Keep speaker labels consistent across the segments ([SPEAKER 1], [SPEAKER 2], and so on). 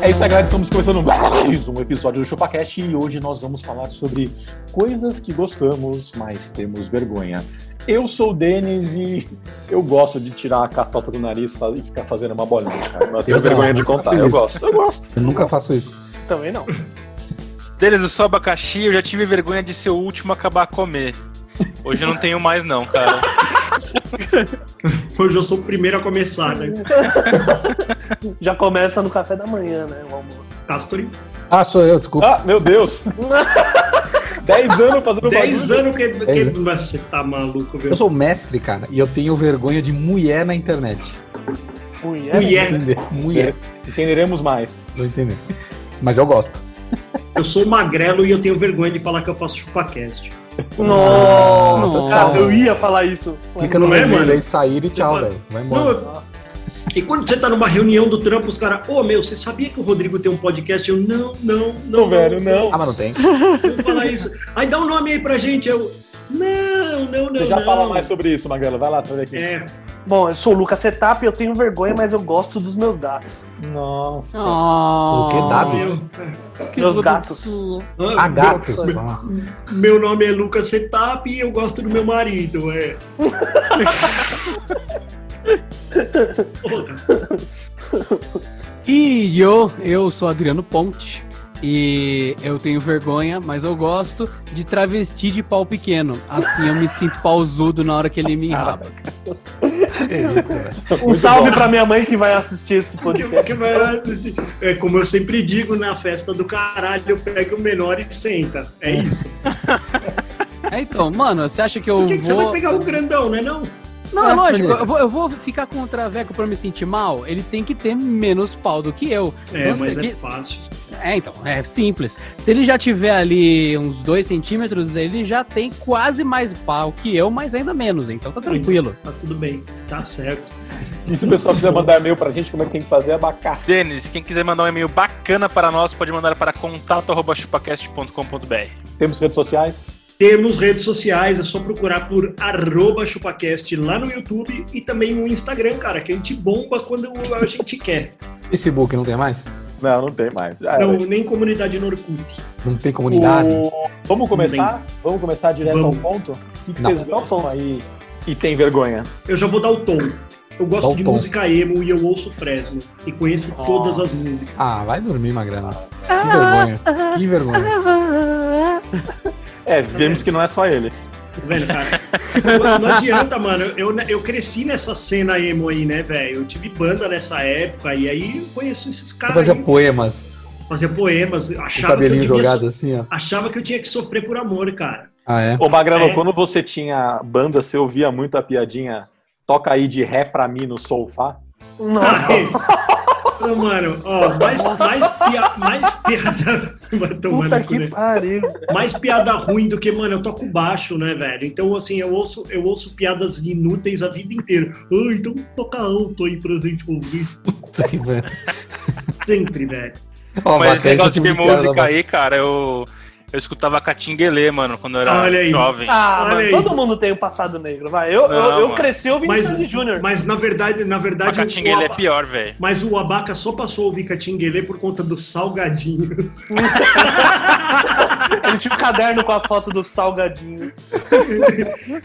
[SPEAKER 1] É isso aí, galera. Estamos começando mais um episódio do ChupaCast e hoje nós vamos falar sobre coisas que gostamos, mas temos vergonha. Eu sou o Denis e eu gosto de tirar a catota do nariz e ficar fazendo uma bolinha, cara. Mas tenho
[SPEAKER 2] Eu
[SPEAKER 1] vergonha
[SPEAKER 2] não,
[SPEAKER 1] de contar.
[SPEAKER 2] eu
[SPEAKER 1] Eu
[SPEAKER 2] fiz
[SPEAKER 1] gosto, eu gosto.
[SPEAKER 2] Eu nunca faço isso.
[SPEAKER 1] Também não.
[SPEAKER 3] Deles, eu sou abacaxi, eu já tive vergonha de ser o último a acabar a comer. Hoje eu não tenho mais, não, cara.
[SPEAKER 4] Hoje eu sou o primeiro a começar, né?
[SPEAKER 5] Já começa no café da manhã, né? O almoço.
[SPEAKER 4] Castori,
[SPEAKER 2] Ah, sou eu, desculpa.
[SPEAKER 1] Ah, meu Deus! Dez anos fazendo
[SPEAKER 4] 10
[SPEAKER 1] bagulho.
[SPEAKER 4] anos que, que
[SPEAKER 2] Dez
[SPEAKER 4] você tá maluco,
[SPEAKER 2] É. Eu
[SPEAKER 4] velho.
[SPEAKER 2] sou mestre, cara, e eu tenho vergonha de mulher na internet.
[SPEAKER 5] Mulher.
[SPEAKER 4] Mulher,
[SPEAKER 2] Entender? Mulher,
[SPEAKER 1] Entenderemos mais.
[SPEAKER 2] não entender. Mas eu gosto.
[SPEAKER 4] eu sou magrelo e eu tenho vergonha de falar que eu faço chupacast.
[SPEAKER 5] Nossa,
[SPEAKER 2] Nossa.
[SPEAKER 5] cara, eu ia falar isso.
[SPEAKER 2] Clica no
[SPEAKER 4] Não é,
[SPEAKER 2] vermelho
[SPEAKER 4] mano?
[SPEAKER 2] aí, sair e tchau,
[SPEAKER 4] Você
[SPEAKER 2] velho. Vai
[SPEAKER 4] Não,
[SPEAKER 2] embora.
[SPEAKER 4] eu- e quando você tá numa reunião do trampo, os caras, ô meu, você sabia que o Rodrigo tem um podcast? Eu, não, não, não.
[SPEAKER 1] Não, velho, não.
[SPEAKER 2] Ah, mas não tem.
[SPEAKER 4] Eu vou falar isso. Aí dá um nome aí pra gente. Eu, não, não, não.
[SPEAKER 1] Você já
[SPEAKER 4] não.
[SPEAKER 1] fala mais sobre isso, Magrela. Vai lá, traz aqui.
[SPEAKER 4] É,
[SPEAKER 5] Bom, eu sou o Lucas Setup, eu tenho vergonha, mas eu gosto dos meus gatos.
[SPEAKER 1] É. Nossa.
[SPEAKER 2] O que dados?
[SPEAKER 4] meu,
[SPEAKER 5] meus gatos.
[SPEAKER 2] Ah, gatos. Ah.
[SPEAKER 4] meu nome é Lucas Setap e eu gosto do meu marido, é. Porra.
[SPEAKER 6] E eu, eu sou Adriano Ponte e eu tenho vergonha, mas eu gosto de travesti de pau pequeno. Assim eu me sinto pauzudo na hora que ele me enraba.
[SPEAKER 5] Um salve pra minha mãe que vai assistir esse
[SPEAKER 4] Que-
[SPEAKER 5] podcast.
[SPEAKER 4] que vai- É como eu sempre digo, na festa do caralho, eu pego o menor e senta. É isso.
[SPEAKER 6] É, então, mano, você acha que eu
[SPEAKER 4] Por que, que você vai
[SPEAKER 6] vou.
[SPEAKER 4] pegar o grandão, né? Não.
[SPEAKER 6] Não, é
[SPEAKER 2] É,
[SPEAKER 6] lógico,
[SPEAKER 2] beleza.
[SPEAKER 6] eu vou, eu vou ficar com o Traveco pra me sentir mal. Ele tem que ter menos pau do que eu.
[SPEAKER 4] É,
[SPEAKER 6] Nossa,
[SPEAKER 4] mas é
[SPEAKER 6] que-
[SPEAKER 4] fácil.
[SPEAKER 6] É, então, é simples. Se ele já tiver ali uns dois centímetros, ele já tem quase mais pau que eu, mas ainda menos. Então tá tranquilo.
[SPEAKER 4] Tá tudo bem. Tá certo.
[SPEAKER 1] E se o pessoal quiser mandar e-mail pra gente, como é que tem que fazer? Abacar.
[SPEAKER 3] Denis, quem quiser mandar um e-mail bacana para nós, pode mandar para contato.chupacast.com.br.
[SPEAKER 1] Temos redes sociais?
[SPEAKER 4] Temos redes sociais, é só procurar por arroba chupacast lá no YouTube e também no Instagram, cara, que a gente bomba quando a gente quer.
[SPEAKER 2] Facebook não tem mais?
[SPEAKER 1] Não, não tem mais. Ah, é. Já era.
[SPEAKER 4] Não, nem comunidade no Orkut.
[SPEAKER 2] Não tem comunidade?
[SPEAKER 1] O- Vamos começar? Vamos começar direto
[SPEAKER 4] Vamos.
[SPEAKER 1] ao ponto? O que, que
[SPEAKER 2] Não.
[SPEAKER 1] vocês gostam aí e tem vergonha?
[SPEAKER 4] Eu já vou dar o tom. Eu gosto
[SPEAKER 2] Dá o
[SPEAKER 4] de
[SPEAKER 2] tom.
[SPEAKER 4] música emo e eu ouço Fresno. E conheço todas as músicas.
[SPEAKER 2] Ah, vai dormir, Magrana.
[SPEAKER 6] Ah,
[SPEAKER 2] Que vergonha. Que vergonha.
[SPEAKER 1] É, vemos que não é só ele.
[SPEAKER 4] Velho, cara, não- não adianta, mano. Eu, eu cresci nessa cena emo aí, né, velho? Eu tive banda nessa época e aí eu conheço esses
[SPEAKER 2] Eu
[SPEAKER 4] caras.
[SPEAKER 2] fazia
[SPEAKER 4] aí.
[SPEAKER 2] poemas,
[SPEAKER 4] Fazia poemas.
[SPEAKER 5] um
[SPEAKER 2] com o
[SPEAKER 4] Achava que, eu
[SPEAKER 2] cabelinho
[SPEAKER 4] devia
[SPEAKER 2] jogado
[SPEAKER 4] so-
[SPEAKER 2] assim, ó.
[SPEAKER 4] achava que eu tinha que sofrer por amor, cara.
[SPEAKER 2] Ah, é?
[SPEAKER 1] Ô, Magrano,
[SPEAKER 4] É.
[SPEAKER 1] quando você tinha banda, você ouvia muito a piadinha toca aí de ré pra mim no sofá?
[SPEAKER 4] Ah,
[SPEAKER 5] Nossa.
[SPEAKER 4] Nossa, mano, ó, mais, mais, pia- mais piada. Vai tomar
[SPEAKER 5] Puta
[SPEAKER 4] no cu, né?
[SPEAKER 5] que pariu.
[SPEAKER 4] mais piada ruim do que, mano, eu toco baixo, né, velho? Então, assim, eu ouço, eu ouço piadas inúteis a vida inteira. Ah, então toca alto aí pra gente ouvir.
[SPEAKER 2] Puta que Tá velho.
[SPEAKER 4] Sempre, velho.
[SPEAKER 2] Ó,
[SPEAKER 3] Mas esse
[SPEAKER 2] Magrana,
[SPEAKER 3] negócio
[SPEAKER 2] esse
[SPEAKER 3] de
[SPEAKER 2] tipo piada,
[SPEAKER 3] música
[SPEAKER 2] mano.
[SPEAKER 3] aí, cara, eu, eu escutava Catinguelê, mano, quando eu era
[SPEAKER 4] Olha aí.
[SPEAKER 3] jovem.
[SPEAKER 5] Ah,
[SPEAKER 4] Olha
[SPEAKER 5] mano,
[SPEAKER 4] aí.
[SPEAKER 5] todo mundo tem um passado negro, vai. Eu,
[SPEAKER 3] Não,
[SPEAKER 5] eu, eu
[SPEAKER 3] mano.
[SPEAKER 5] cresci ouvindo
[SPEAKER 4] Mas,
[SPEAKER 5] Sandy Júnior.
[SPEAKER 4] mas na verdade, na
[SPEAKER 3] A
[SPEAKER 4] verdade. o
[SPEAKER 3] Catinguelê é
[SPEAKER 4] Aba-
[SPEAKER 3] pior, velho.
[SPEAKER 4] Mas o Abaca só passou a ouvir Catinguelê por conta do salgadinho.
[SPEAKER 5] Ele tinha um caderno com a foto do Salgadinho.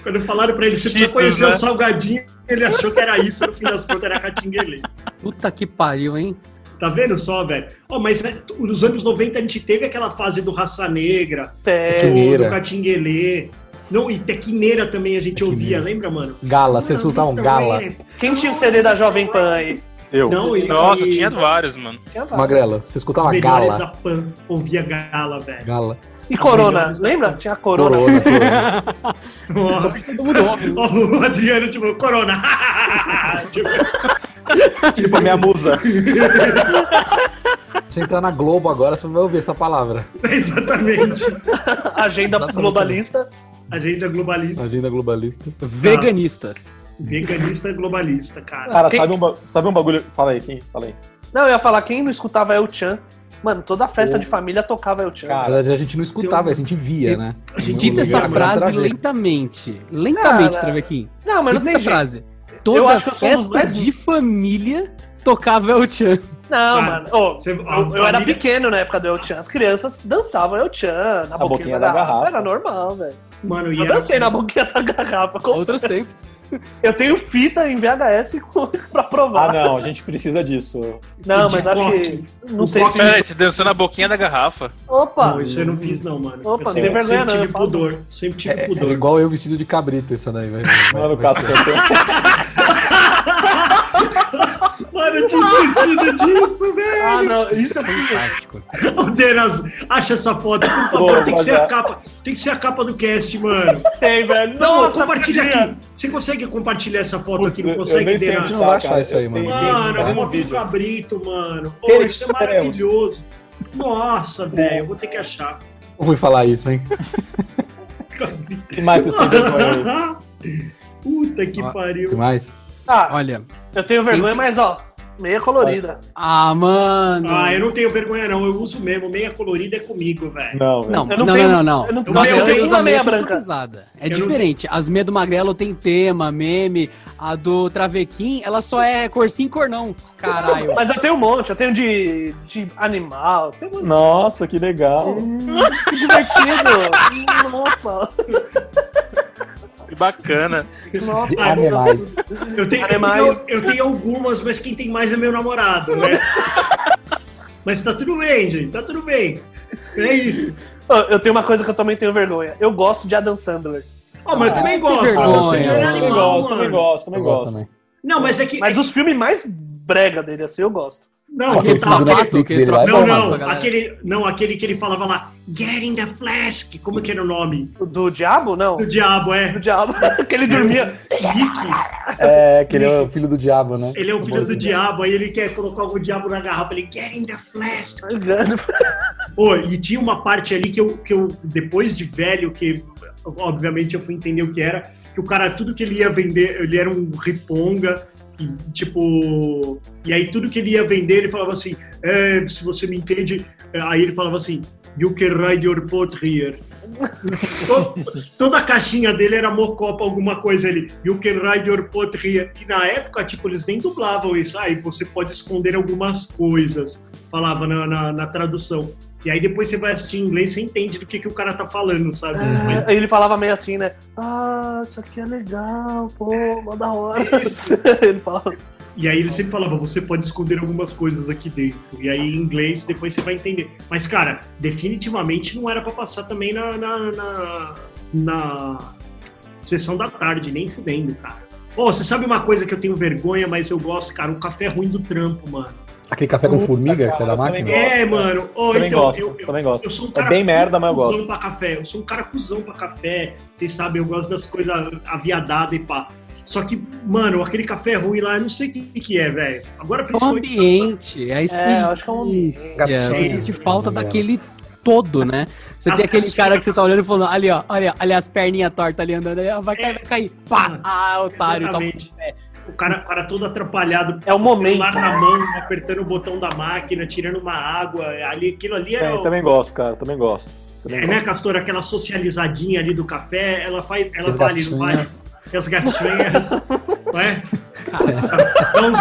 [SPEAKER 4] Quando falaram pra ele, você precisa
[SPEAKER 3] Cheetos,
[SPEAKER 4] conhecer
[SPEAKER 3] né?
[SPEAKER 4] o salgadinho, ele achou que era isso, no fim das contas era Catinguelê.
[SPEAKER 6] Puta que pariu, hein?
[SPEAKER 4] Tá vendo só, velho? Ó, mas né, t- nos anos 90 a gente teve aquela fase do Raça Negra,
[SPEAKER 5] Até.
[SPEAKER 2] Tequineira.
[SPEAKER 4] do, do Catinguelê. Não, e Tequineira também a gente
[SPEAKER 2] Tequineira.
[SPEAKER 4] ouvia, lembra, mano?
[SPEAKER 2] Gala, você soltava um gala.
[SPEAKER 5] Quem tinha o CD da Jovem Pan aí?
[SPEAKER 1] Eu.
[SPEAKER 4] Não, e,
[SPEAKER 3] Nossa,
[SPEAKER 4] e
[SPEAKER 3] tinha vários, mano.
[SPEAKER 5] Tinha vários.
[SPEAKER 2] Magrela, você
[SPEAKER 4] Os
[SPEAKER 2] escutava
[SPEAKER 4] melhores
[SPEAKER 2] gala.
[SPEAKER 4] da Pan ouvia gala, velho.
[SPEAKER 2] Gala. né?
[SPEAKER 5] E Corona, lembra? Tinha Corona.
[SPEAKER 2] Corona, corona.
[SPEAKER 4] Ó,
[SPEAKER 6] Hoje todo mundo ouve.
[SPEAKER 4] ó, o Adriano, tipo, Corona. Tipo,
[SPEAKER 1] Tipo a minha musa.
[SPEAKER 2] Se entrar na Globo agora, você vai ouvir essa palavra.
[SPEAKER 4] exatamente.
[SPEAKER 5] Agenda
[SPEAKER 2] Exatamente.
[SPEAKER 5] globalista.
[SPEAKER 4] A gente é globalista.
[SPEAKER 2] Agenda globalista.
[SPEAKER 6] Veganista.
[SPEAKER 4] Veganista é globalista, cara.
[SPEAKER 1] Cara,
[SPEAKER 5] Quem-
[SPEAKER 1] sabe, um, ba- sabe um bagulho. Fala aí, quem? Fala aí.
[SPEAKER 5] Não, eu ia falar, quem não escutava El Chan? Mano, toda festa
[SPEAKER 1] Pô.
[SPEAKER 5] de família tocava El Chan.
[SPEAKER 1] Cara,
[SPEAKER 2] Na verdade, a gente não escutava, a gente via, né?
[SPEAKER 4] um A gente
[SPEAKER 6] Dita essa
[SPEAKER 4] Vamos
[SPEAKER 6] frase
[SPEAKER 2] trazer.
[SPEAKER 6] lentamente. Lentamente,
[SPEAKER 5] Cara,
[SPEAKER 6] Travequim.
[SPEAKER 5] Não, mas não
[SPEAKER 6] Dita
[SPEAKER 5] tem
[SPEAKER 6] essa
[SPEAKER 5] jeito.
[SPEAKER 6] frase. Toda
[SPEAKER 5] acho que eu sou um dos
[SPEAKER 6] festa
[SPEAKER 5] mais-
[SPEAKER 6] de família tocava El Chan.
[SPEAKER 5] Não,
[SPEAKER 4] Cara,
[SPEAKER 5] mano. Ô,
[SPEAKER 4] você-
[SPEAKER 5] eu,
[SPEAKER 4] a
[SPEAKER 5] eu era
[SPEAKER 4] família-
[SPEAKER 5] pequeno na época do El Chan. As crianças dançavam El Chan na boquinha, da, garrafa. Era normal, velho.
[SPEAKER 4] Mano, e
[SPEAKER 5] Eu
[SPEAKER 4] era-
[SPEAKER 5] dancei na boquinha da garrafa. Com-
[SPEAKER 6] Outros tempos.
[SPEAKER 5] Eu tenho fita em VHS com- pra
[SPEAKER 1] Ah,
[SPEAKER 5] provar.
[SPEAKER 1] não, a gente precisa disso.
[SPEAKER 5] não,
[SPEAKER 4] de
[SPEAKER 5] mas acho que. Não sei se.
[SPEAKER 3] Peraí, você dançou na boquinha da garrafa.
[SPEAKER 5] Opa!
[SPEAKER 4] Não, isso eu não fiz, não, mano.
[SPEAKER 5] Opa,
[SPEAKER 4] eu
[SPEAKER 5] não
[SPEAKER 4] sempre,
[SPEAKER 5] tem vergonha,
[SPEAKER 4] sempre
[SPEAKER 5] não,
[SPEAKER 4] tive
[SPEAKER 5] eu falo.
[SPEAKER 4] pudor. Sempre tive
[SPEAKER 2] É, era
[SPEAKER 4] pudor.
[SPEAKER 2] igual eu vestido de cabrito essa daí, vai. vai-
[SPEAKER 1] Mano,
[SPEAKER 2] vai
[SPEAKER 1] Cássio,
[SPEAKER 2] ser.
[SPEAKER 1] eu tenho-
[SPEAKER 4] Mano, eu tinha esquecido disso, velho.
[SPEAKER 6] Ah, não. Isso é fantástico.
[SPEAKER 4] Ô, Denas, acha essa foto, por favor.
[SPEAKER 1] Vou
[SPEAKER 4] tem, que ser
[SPEAKER 1] fazer.
[SPEAKER 4] a capa, tem que ser a capa do cast, mano.
[SPEAKER 5] Tem, velho.
[SPEAKER 4] Não,
[SPEAKER 5] Nossa,
[SPEAKER 4] compartilha
[SPEAKER 5] Adriano.
[SPEAKER 4] aqui. Você consegue compartilhar essa foto
[SPEAKER 1] Putz,
[SPEAKER 4] aqui? Não
[SPEAKER 1] eu
[SPEAKER 4] consegue,
[SPEAKER 1] nem sei
[SPEAKER 4] Denas?
[SPEAKER 1] onde
[SPEAKER 2] Não vai achar
[SPEAKER 1] cara.
[SPEAKER 2] isso aí,
[SPEAKER 1] Eu
[SPEAKER 2] mano.
[SPEAKER 1] tenho-
[SPEAKER 4] Mano,
[SPEAKER 1] tem
[SPEAKER 4] a
[SPEAKER 1] um
[SPEAKER 4] foto do
[SPEAKER 1] vídeo.
[SPEAKER 4] cabrito, mano. Pô,
[SPEAKER 1] Queremos,
[SPEAKER 4] isso é
[SPEAKER 1] queremos.
[SPEAKER 4] maravilhoso. Nossa, velho, eu vou ter que achar.
[SPEAKER 2] Como falar isso, hein?
[SPEAKER 4] Cabrito.
[SPEAKER 1] O que mais vocês têm vergonha aí?
[SPEAKER 4] Puta que
[SPEAKER 2] Ó,
[SPEAKER 4] pariu.
[SPEAKER 2] que mais?
[SPEAKER 5] Ah,
[SPEAKER 6] Olha.
[SPEAKER 5] eu tenho vergonha, mas ó, meia colorida.
[SPEAKER 6] Ah, mano.
[SPEAKER 4] Ah, eu não tenho vergonha, não. Eu uso mesmo. Meia colorida é comigo, velho.
[SPEAKER 1] Não, velho.
[SPEAKER 6] Não,
[SPEAKER 5] Eu
[SPEAKER 6] não,
[SPEAKER 5] não
[SPEAKER 6] não,
[SPEAKER 5] tenho-
[SPEAKER 6] não, não.
[SPEAKER 5] eu não-
[SPEAKER 6] Nós
[SPEAKER 4] eu não
[SPEAKER 6] temos
[SPEAKER 4] tenho
[SPEAKER 6] as
[SPEAKER 5] uma meia
[SPEAKER 6] meias
[SPEAKER 5] branca.
[SPEAKER 6] customizadas. É
[SPEAKER 4] Eu não
[SPEAKER 6] diferente. As meias do Magrelo tem tema, meme. A do Travequim, ela só é cor sim, cor não. Caralho.
[SPEAKER 5] Mas eu tenho um monte, eu tenho de, de animal, tem um
[SPEAKER 1] Nossa, que legal.
[SPEAKER 5] monte divertido. nossa,
[SPEAKER 3] Que bacana.
[SPEAKER 5] nossa.
[SPEAKER 2] Animais.
[SPEAKER 4] Eu tenho, eu,
[SPEAKER 5] Animais.
[SPEAKER 4] tenho, eu tenho algumas, mas quem tem mais é meu namorado, né? mas tá tudo bem, gente. Tá tudo bem. É isso.
[SPEAKER 5] Ó, Eu tenho uma coisa que eu também tenho vergonha. Eu gosto de Adam Sandler.
[SPEAKER 4] Ó, mas eu
[SPEAKER 6] Ah,
[SPEAKER 4] também
[SPEAKER 6] que
[SPEAKER 4] gosto.
[SPEAKER 6] vergonha,
[SPEAKER 4] Nossa, que
[SPEAKER 2] mano.
[SPEAKER 4] era
[SPEAKER 1] Também
[SPEAKER 4] animal,
[SPEAKER 1] gosto, também
[SPEAKER 4] mano.
[SPEAKER 1] gosto, também
[SPEAKER 2] Eu gosto
[SPEAKER 1] gosto.
[SPEAKER 2] também.
[SPEAKER 4] Não, mas é que.
[SPEAKER 5] Mas dos filmes mais brega dele, assim, eu gosto.
[SPEAKER 4] Não,
[SPEAKER 6] aquele
[SPEAKER 4] aquele
[SPEAKER 2] tá,
[SPEAKER 6] sapato,
[SPEAKER 2] aquele-
[SPEAKER 6] aquele troca
[SPEAKER 2] Vai
[SPEAKER 4] não,
[SPEAKER 2] salvar
[SPEAKER 6] sapato pra
[SPEAKER 4] não.
[SPEAKER 6] é galera.
[SPEAKER 4] Aquele, não, aquele que ele falava lá, Get in the Flask. Como que era o nome?
[SPEAKER 5] O Do Diabo? Não.
[SPEAKER 4] Do diabo, é.
[SPEAKER 5] Do Diabo. que ele dormia.
[SPEAKER 4] Nick.
[SPEAKER 2] É, que ele é o filho do diabo, né?
[SPEAKER 4] Ele é o filho do
[SPEAKER 2] Bonzinho.
[SPEAKER 4] diabo, aí ele quer colocar o diabo na garrafa. Ele, Get in the Flask.
[SPEAKER 5] Engano.
[SPEAKER 4] Pô, e tinha uma parte ali que eu, que eu, depois de velho, que obviamente eu fui entender o que era, que o cara, tudo que ele ia vender, ele era um riponga, e, tipo. E aí tudo que ele ia vender, ele falava assim: "É, se você me entende. Aí ele falava assim: You can ride your boat here. To- Toda a caixinha dele era mocopa alguma coisa ali. You can ride your boat here. E na época, tipo, eles nem dublavam isso. Aí você pode esconder algumas coisas. Falava na- na- na tradução. E aí depois você vai assistir em inglês, você entende do que, que o cara tá falando, sabe?
[SPEAKER 5] É.
[SPEAKER 4] Mas
[SPEAKER 5] Aí ele falava meio assim, né? Ah, isso aqui é legal, pô, mó da hora. ele falava.
[SPEAKER 4] E aí ele sempre falava, você pode esconder algumas coisas aqui dentro. E aí em inglês depois você vai entender. Mas, cara, definitivamente não era pra passar também na, na, na, na sessão da tarde, nem fudendo, cara. Ô, você sabe uma coisa que eu tenho vergonha, mas eu gosto, cara, o café ruim do trampo, mano.
[SPEAKER 2] Aquele café com
[SPEAKER 1] Puta,
[SPEAKER 2] formiga que sai da
[SPEAKER 1] cara,
[SPEAKER 2] máquina?
[SPEAKER 1] também
[SPEAKER 4] É, mano. Ô,
[SPEAKER 1] Também
[SPEAKER 4] então,
[SPEAKER 1] gosto,
[SPEAKER 4] eu, eu,
[SPEAKER 1] também gosto.
[SPEAKER 4] Eu sou um
[SPEAKER 1] É
[SPEAKER 4] cara
[SPEAKER 1] bem merda, mas eu
[SPEAKER 4] cuzão
[SPEAKER 1] gosto.
[SPEAKER 4] pra café. Eu sou um cara cuzão pra café. Vocês sabem, eu gosto das coisas aviadadas e pá. Só que, mano, aquele café ruim lá, eu não sei o que, que é, velho. Agora,
[SPEAKER 6] É o
[SPEAKER 4] principalmente.
[SPEAKER 6] ambiente, é a
[SPEAKER 5] É, eu acho que é um
[SPEAKER 6] experiência.
[SPEAKER 2] ambiente.
[SPEAKER 6] Você sente falta daquele todo, né? Você
[SPEAKER 4] As
[SPEAKER 6] tem aquele
[SPEAKER 4] caixinhas.
[SPEAKER 6] cara que você tá olhando e falando, ali ó, olha, ali as perninhas tortas ali andando, ali, ó, vai cair, vai cair. Pá! Ah, otário, tá
[SPEAKER 4] Exatamente. O cara, o cara todo atrapalhado,
[SPEAKER 5] É o momento.
[SPEAKER 4] celular na mão, apertando o botão da máquina, tirando uma água. Ali, aquilo ali era.
[SPEAKER 1] Também,
[SPEAKER 4] o-
[SPEAKER 1] também gosto, cara, também gosto. Também
[SPEAKER 4] É, né, Castor? Aquela socializadinha ali do café, ela faz. Ela
[SPEAKER 2] As
[SPEAKER 4] vai ali, não vai?
[SPEAKER 2] gatinhas.
[SPEAKER 4] E as gatinhas. não é? Dá uns,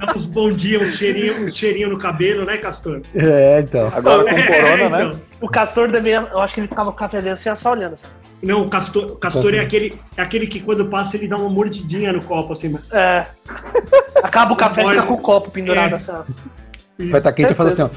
[SPEAKER 4] dá uns bom dia, uns cheirinhos uns cheirinho no cabelo, né, Castor?
[SPEAKER 2] É, então.
[SPEAKER 1] Agora com
[SPEAKER 4] É,
[SPEAKER 1] corona, né?
[SPEAKER 4] então.
[SPEAKER 5] O Castor devia. Eu acho que ele ficava com o cafezinho assim, ó, só olhando. assim.
[SPEAKER 4] Não, o Castor, o Castor é, aquele, é aquele que quando passa ele dá uma mordidinha no copo, assim. mas-
[SPEAKER 5] É. Acaba o café e fica com o copo pendurado
[SPEAKER 4] É.
[SPEAKER 2] tá
[SPEAKER 5] assim, ó.
[SPEAKER 2] Vai estar quente e faz assim, ó.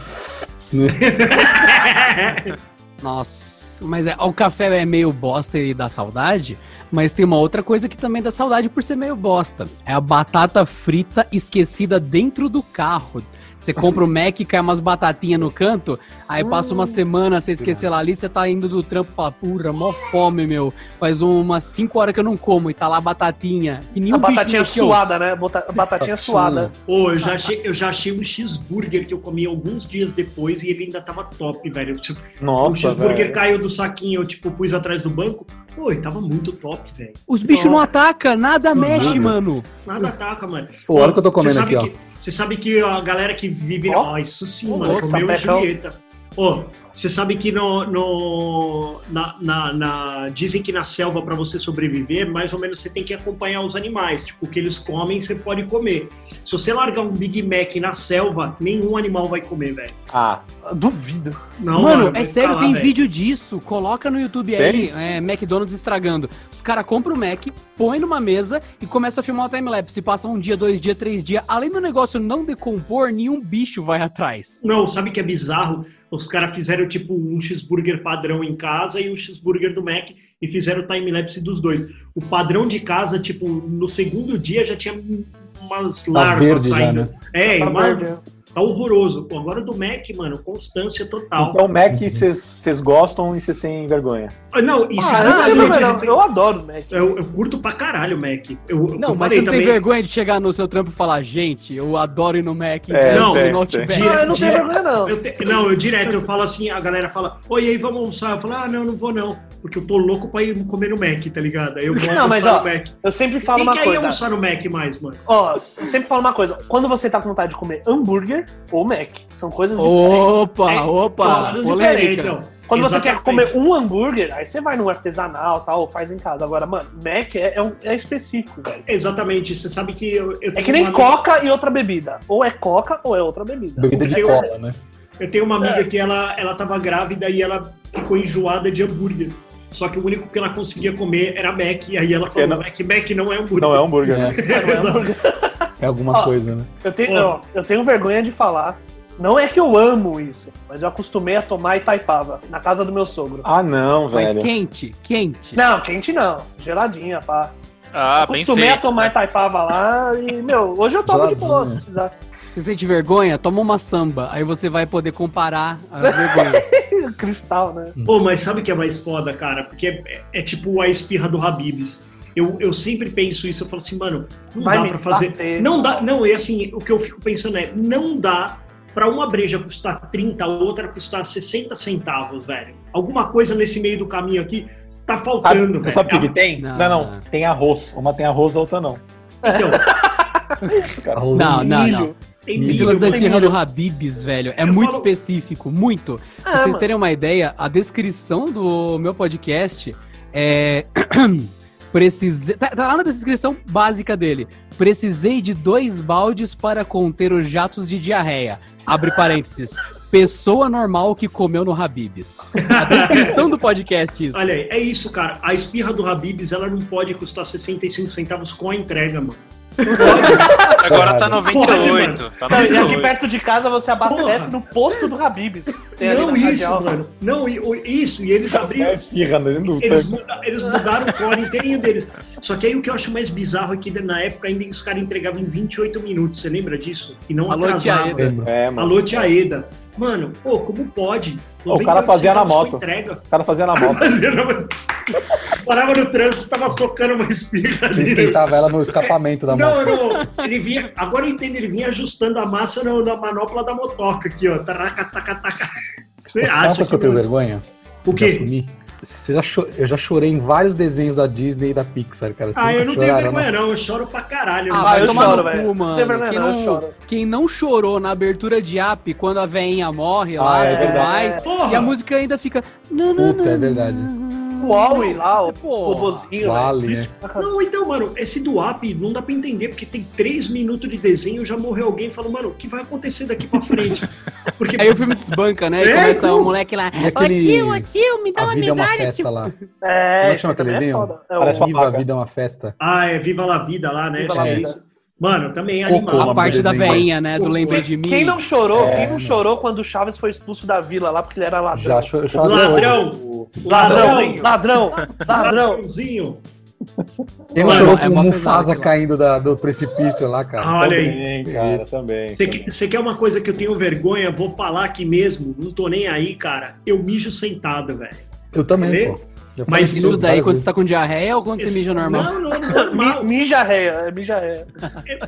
[SPEAKER 6] Nossa, mas é, o café é meio bosta e dá saudade, mas tem uma outra coisa que também dá saudade por ser meio bosta. É a batata frita esquecida dentro do carro. Você compra o Mac e cai umas batatinhas no canto, aí passa
[SPEAKER 5] Hum.
[SPEAKER 6] uma semana, você esquecer lá ali, você tá indo do trampo e fala, pura, mó fome, meu. Faz umas 5 horas que eu não como e tá lá a batatinha. Que nem
[SPEAKER 5] A
[SPEAKER 6] um bicho
[SPEAKER 5] batatinha
[SPEAKER 6] mexeu.
[SPEAKER 5] suada, né? Bota- a Batatinha suada.
[SPEAKER 4] Ô, eu, já achei, eu já achei um cheeseburger que eu comi alguns dias depois e ele ainda tava top, velho. Tipo, o
[SPEAKER 1] Nossa,
[SPEAKER 4] cheeseburger
[SPEAKER 1] velho.
[SPEAKER 4] caiu do saquinho, eu tipo, pus atrás do banco. Pô, e tava muito top, velho.
[SPEAKER 6] Os bichos não atacam, nada mexe, mano.
[SPEAKER 4] Nada ataca, mano.
[SPEAKER 2] Pô, olha o que eu tô comendo
[SPEAKER 4] Você sabe
[SPEAKER 2] aqui,
[SPEAKER 4] que- Você sabe que a galera que vive.
[SPEAKER 5] Ó.
[SPEAKER 4] Ó, isso sim,
[SPEAKER 5] Ô,
[SPEAKER 4] mano.
[SPEAKER 5] louco,
[SPEAKER 4] Comeu
[SPEAKER 5] sapecão.
[SPEAKER 4] Julieta. Ô, você sabe que no. no- na, na- na- dizem que na selva, pra você sobreviver, mais ou menos você tem que acompanhar os animais. Tipo, o que eles comem, você pode comer. Se você largar um Big Mac na selva, nenhum animal vai comer, velho.
[SPEAKER 1] Ah,
[SPEAKER 5] Duvido.
[SPEAKER 4] Não,
[SPEAKER 6] mano,
[SPEAKER 4] vou
[SPEAKER 6] é sério,
[SPEAKER 4] ficar lá,
[SPEAKER 6] tem
[SPEAKER 4] velho.
[SPEAKER 6] vídeo disso. Coloca no YouTube aí, é, McDonald's estragando. Os caras compram o Mac, põe numa mesa e começa a filmar o timelapse. Se passa um dia, dois dias, três dias. Além do negócio não decompor, nenhum bicho vai atrás.
[SPEAKER 4] Não, sabe que é bizarro? Os caras fizeram tipo um cheeseburger padrão em casa e um cheeseburger do Mac e fizeram o time-lapse dos dois. O padrão de casa, tipo, no segundo dia já tinha umas larvas
[SPEAKER 2] Tá verde já,
[SPEAKER 4] saindo.
[SPEAKER 2] né?
[SPEAKER 4] É,
[SPEAKER 5] Tá
[SPEAKER 4] mas
[SPEAKER 5] verde.
[SPEAKER 4] tá horroroso. Pô, agora o do Mac, mano, constância total.
[SPEAKER 1] então Mac vocês gostam e vocês têm vergonha.
[SPEAKER 4] Ah, Não, isso
[SPEAKER 5] Ah, não tem
[SPEAKER 4] realmente,
[SPEAKER 5] problema, Eu adoro, né?
[SPEAKER 4] eu, eu curto pra caralho o Mac. Eu, eu
[SPEAKER 6] Não,
[SPEAKER 4] falei
[SPEAKER 6] mas você não tem
[SPEAKER 4] também,
[SPEAKER 6] vergonha de chegar no seu trampo e falar, gente, eu adoro ir no Mac,
[SPEAKER 1] É,
[SPEAKER 6] então,
[SPEAKER 4] tem,
[SPEAKER 6] no Outback."
[SPEAKER 4] tem.
[SPEAKER 5] Não, eu não tenho
[SPEAKER 4] Dire-
[SPEAKER 5] vergonha, não.
[SPEAKER 4] Eu te- não, eu direto, eu falo assim, a galera fala, oi, e aí, vamos almoçar? Eu falo, ah, não, não vou não, porque eu tô louco pra ir comer no Mac, tá ligado? Aí eu vou
[SPEAKER 5] Não, mas,
[SPEAKER 4] almoçar
[SPEAKER 5] ó,
[SPEAKER 4] no Mac.
[SPEAKER 5] Eu sempre falo
[SPEAKER 4] Quem
[SPEAKER 5] uma
[SPEAKER 4] quer ir
[SPEAKER 5] coisa.
[SPEAKER 4] almoçar no Mac mais, mano?
[SPEAKER 5] Ó, eu sempre falo uma coisa. Quando você tá com vontade de comer hambúrguer ou Mac, são coisas diferentes.
[SPEAKER 6] Opa,
[SPEAKER 5] É,
[SPEAKER 6] opa,
[SPEAKER 5] todas
[SPEAKER 6] polêmica.
[SPEAKER 5] diferentes,
[SPEAKER 4] Então,
[SPEAKER 5] Quando você quer
[SPEAKER 4] exatamente.
[SPEAKER 5] comer um hambúrguer, aí você vai num artesanal tal, ou faz em casa. Agora, mano, Mac é, é um- é específico, velho.
[SPEAKER 4] Exatamente, você sabe que eu, eu
[SPEAKER 5] É
[SPEAKER 4] tenho
[SPEAKER 5] que nem
[SPEAKER 4] uma-
[SPEAKER 5] coca e outra bebida. Ou é coca ou é outra bebida.
[SPEAKER 2] Bebida de
[SPEAKER 4] Eu-
[SPEAKER 2] cola, né?
[SPEAKER 4] Eu tenho uma
[SPEAKER 5] É.
[SPEAKER 4] amiga que ela, ela tava grávida e ela ficou enjoada de hambúrguer. Só que o único que ela conseguia comer era Mac. E aí ela falou,
[SPEAKER 1] não-
[SPEAKER 4] Mac, Mac não é hambúrguer.
[SPEAKER 1] Não é hambúrguer, né?
[SPEAKER 2] É,
[SPEAKER 5] Não é hambúrguer.
[SPEAKER 2] é alguma
[SPEAKER 4] Ah.
[SPEAKER 5] Ó,
[SPEAKER 2] coisa, né?
[SPEAKER 5] Eu tenho, ó, eu tenho vergonha de falar. Não é que eu amo isso, mas eu acostumei a tomar Itaipava, na casa do meu sogro.
[SPEAKER 1] Ah, não,
[SPEAKER 6] Mas é
[SPEAKER 1] velho.
[SPEAKER 6] quente, quente.
[SPEAKER 5] Não, quente não. Geladinha, pá.
[SPEAKER 3] Ah, bem
[SPEAKER 5] acostumei a
[SPEAKER 3] feito.
[SPEAKER 5] tomar Itaipava lá e, meu, hoje eu tomo de boa se
[SPEAKER 2] Geladinha.
[SPEAKER 5] precisar.
[SPEAKER 6] Você sente vergonha? Toma uma samba, aí você vai poder comparar as vergonhas.
[SPEAKER 5] Cristal, né?
[SPEAKER 4] Pô, mas sabe o que é mais foda, cara? Porque é, é- é tipo a esfirra do Habibs. Eu, eu sempre penso isso, eu falo assim, mano, não
[SPEAKER 5] Vai
[SPEAKER 4] dá
[SPEAKER 5] me
[SPEAKER 4] pra fazer.
[SPEAKER 5] bater.
[SPEAKER 4] Não dá, não, e assim, o que eu fico pensando é, não dá pra uma breja custar 30, a outra custar 60 centavos, velho. Alguma coisa nesse meio do caminho aqui tá faltando,
[SPEAKER 1] Sabe,
[SPEAKER 4] velho.
[SPEAKER 1] Ah, sabe o que que tem?
[SPEAKER 6] Não.
[SPEAKER 1] Não, não, Tem arroz. Uma tem arroz, a outra não.
[SPEAKER 4] Então,
[SPEAKER 2] Arroz-
[SPEAKER 6] Não, não, não.
[SPEAKER 4] tem
[SPEAKER 6] Esse
[SPEAKER 4] milho,
[SPEAKER 6] lance da
[SPEAKER 4] tem
[SPEAKER 6] esfirra
[SPEAKER 4] milho.
[SPEAKER 6] do Habibs, velho, é
[SPEAKER 4] Eu
[SPEAKER 6] muito
[SPEAKER 4] falo-
[SPEAKER 6] específico, muito.
[SPEAKER 5] Ah,
[SPEAKER 6] pra vocês
[SPEAKER 5] mano.
[SPEAKER 6] terem uma ideia, a descrição do meu podcast é. Precisei. Tá, tá lá na descrição básica dele. Precisei de dois baldes para conter os jatos de diarreia. Abre parênteses. Pessoa normal que comeu no Habibs. A descrição do podcast, isso.
[SPEAKER 4] Olha aí, é isso, cara. A esfirra do Habibs, ela não pode custar 65 centavos com a entrega, mano.
[SPEAKER 3] Agora tá
[SPEAKER 4] Pode,
[SPEAKER 3] 98. tá
[SPEAKER 5] Não, e
[SPEAKER 3] 98.
[SPEAKER 5] aqui perto de casa você abastece
[SPEAKER 4] Porra.
[SPEAKER 5] no posto do Habibs. Tem ali
[SPEAKER 4] não
[SPEAKER 5] na
[SPEAKER 4] isso,
[SPEAKER 5] Radial.
[SPEAKER 4] mano. Não, e- o- isso. E eles
[SPEAKER 1] É
[SPEAKER 4] abriram...
[SPEAKER 1] esfirra, né? Não tem.
[SPEAKER 4] Eles, muda- eles mudaram o core inteirinho deles. Só que aí o que eu acho mais bizarro é que na época ainda os caras entregavam em 28 minutos. Você lembra disso? E não
[SPEAKER 6] Alô,
[SPEAKER 4] atrasava.
[SPEAKER 6] Tiaeda.
[SPEAKER 2] Lembro.
[SPEAKER 1] É, mano.
[SPEAKER 4] Alô, Tiaeda. Mano, pô, como pode?
[SPEAKER 1] Ô, o cara fazia na
[SPEAKER 4] 98 centavos
[SPEAKER 1] moto.
[SPEAKER 4] com Entrega.
[SPEAKER 1] O cara fazia na moto.
[SPEAKER 4] Fazia na moto. Parava no trânsito, tava socando uma espirra
[SPEAKER 2] Ele
[SPEAKER 4] ali.
[SPEAKER 2] esquentava ela no escapamento da moto.
[SPEAKER 4] Não, não. Ele vinha, agora eu entendo, ele vinha ajustando a massa na, na manopla da motoca aqui, ó. Taraca, taca, taca. Você
[SPEAKER 2] Sabe uma
[SPEAKER 4] acha
[SPEAKER 2] coisa que eu tenho
[SPEAKER 4] que...
[SPEAKER 2] vergonha?
[SPEAKER 4] O
[SPEAKER 2] De
[SPEAKER 4] quê?
[SPEAKER 2] assumir? Você já cho- Eu já chorei em vários desenhos da Disney e da Pixar, cara. Vocês
[SPEAKER 4] Ah, eu
[SPEAKER 2] nunca
[SPEAKER 4] não tenho
[SPEAKER 2] choraram,
[SPEAKER 1] né?
[SPEAKER 4] vergonha, não. Eu choro pra caralho.
[SPEAKER 6] Ah,
[SPEAKER 4] Eu
[SPEAKER 5] Ah,
[SPEAKER 6] vai
[SPEAKER 4] sou-
[SPEAKER 5] eu
[SPEAKER 6] tomar
[SPEAKER 5] choro,
[SPEAKER 6] no
[SPEAKER 5] velho.
[SPEAKER 6] cu,
[SPEAKER 5] Não
[SPEAKER 6] mano.
[SPEAKER 5] tem vergonha
[SPEAKER 6] quem,
[SPEAKER 5] não, eu
[SPEAKER 6] não,
[SPEAKER 5] choro.
[SPEAKER 6] quem não chorou na abertura de app quando a veinha morre lá
[SPEAKER 1] Ah, é
[SPEAKER 6] e tudo
[SPEAKER 1] verdade.
[SPEAKER 6] mais,
[SPEAKER 4] Porra!
[SPEAKER 6] e a música ainda fica.
[SPEAKER 2] Puta, é verdade.
[SPEAKER 5] O Huawei lá,
[SPEAKER 3] é,
[SPEAKER 5] o
[SPEAKER 6] pô.
[SPEAKER 5] robozinho.
[SPEAKER 2] Vale,
[SPEAKER 5] velho.
[SPEAKER 2] né?
[SPEAKER 6] Tá.
[SPEAKER 4] Não, então, mano, esse do app não dá pra entender, porque tem três minutos de desenho, já morreu alguém e falou, mano, o que vai acontecer daqui pra frente? Porque
[SPEAKER 6] Aí o filme desbanca, né? E
[SPEAKER 4] É,
[SPEAKER 6] começa o
[SPEAKER 5] uh!
[SPEAKER 4] não.
[SPEAKER 6] moleque lá.
[SPEAKER 2] E
[SPEAKER 6] Ô
[SPEAKER 2] aquele-
[SPEAKER 6] tio, ô tio, me dá
[SPEAKER 2] A
[SPEAKER 6] uma
[SPEAKER 2] vida é uma
[SPEAKER 6] medalha,
[SPEAKER 2] festa
[SPEAKER 6] tio.
[SPEAKER 2] lá.
[SPEAKER 5] É,
[SPEAKER 2] Como é que
[SPEAKER 5] isso
[SPEAKER 2] chama aquele
[SPEAKER 5] também é
[SPEAKER 2] desenho?
[SPEAKER 5] foda. É
[SPEAKER 1] Parece
[SPEAKER 5] o-
[SPEAKER 1] uma
[SPEAKER 2] Viva a
[SPEAKER 1] vaca.
[SPEAKER 2] vida é uma festa.
[SPEAKER 4] Ah, é Viva la Vida lá, né?
[SPEAKER 5] Viva la
[SPEAKER 4] É
[SPEAKER 5] Vida.
[SPEAKER 4] isso. Mano, eu também
[SPEAKER 2] Cocô,
[SPEAKER 4] animal.
[SPEAKER 2] Pô,
[SPEAKER 6] a parte
[SPEAKER 2] mas
[SPEAKER 6] da
[SPEAKER 2] desenho.
[SPEAKER 6] veinha, né? Do Lembrei de mim.
[SPEAKER 5] Quem não chorou,
[SPEAKER 1] É,
[SPEAKER 5] quem não,
[SPEAKER 1] não.
[SPEAKER 5] chorou quando o Chaves foi expulso da vila lá porque ele era ladrão?
[SPEAKER 2] Já cho- eu choro
[SPEAKER 6] tá
[SPEAKER 2] até hoje.
[SPEAKER 4] Ladrão!
[SPEAKER 5] Ladrão,
[SPEAKER 4] Ladrãozinho.
[SPEAKER 5] ladrão, ladrão.
[SPEAKER 4] Ladrãozinho!
[SPEAKER 2] Quem não
[SPEAKER 6] Mano,
[SPEAKER 2] chorou com
[SPEAKER 6] é mó
[SPEAKER 2] o
[SPEAKER 6] pesado
[SPEAKER 2] Mufasa
[SPEAKER 6] aquilo.
[SPEAKER 2] caindo da- do precipício lá, cara?
[SPEAKER 4] Ah, olha aí.
[SPEAKER 1] Também, cara,
[SPEAKER 2] Isso.
[SPEAKER 1] também.
[SPEAKER 4] Você que- você quer uma coisa que eu tenho vergonha? Vou falar aqui mesmo, não tô nem aí, cara. Eu mijo sentado, velho.
[SPEAKER 2] Eu também, pô. Eu
[SPEAKER 4] Mas
[SPEAKER 2] falei
[SPEAKER 6] Isso daí
[SPEAKER 2] várias
[SPEAKER 6] quando
[SPEAKER 2] vezes.
[SPEAKER 6] você tá com diarreia ou quando você mija normal?
[SPEAKER 4] Não, não, normal.
[SPEAKER 5] Mi- Mija réia, é mija réia.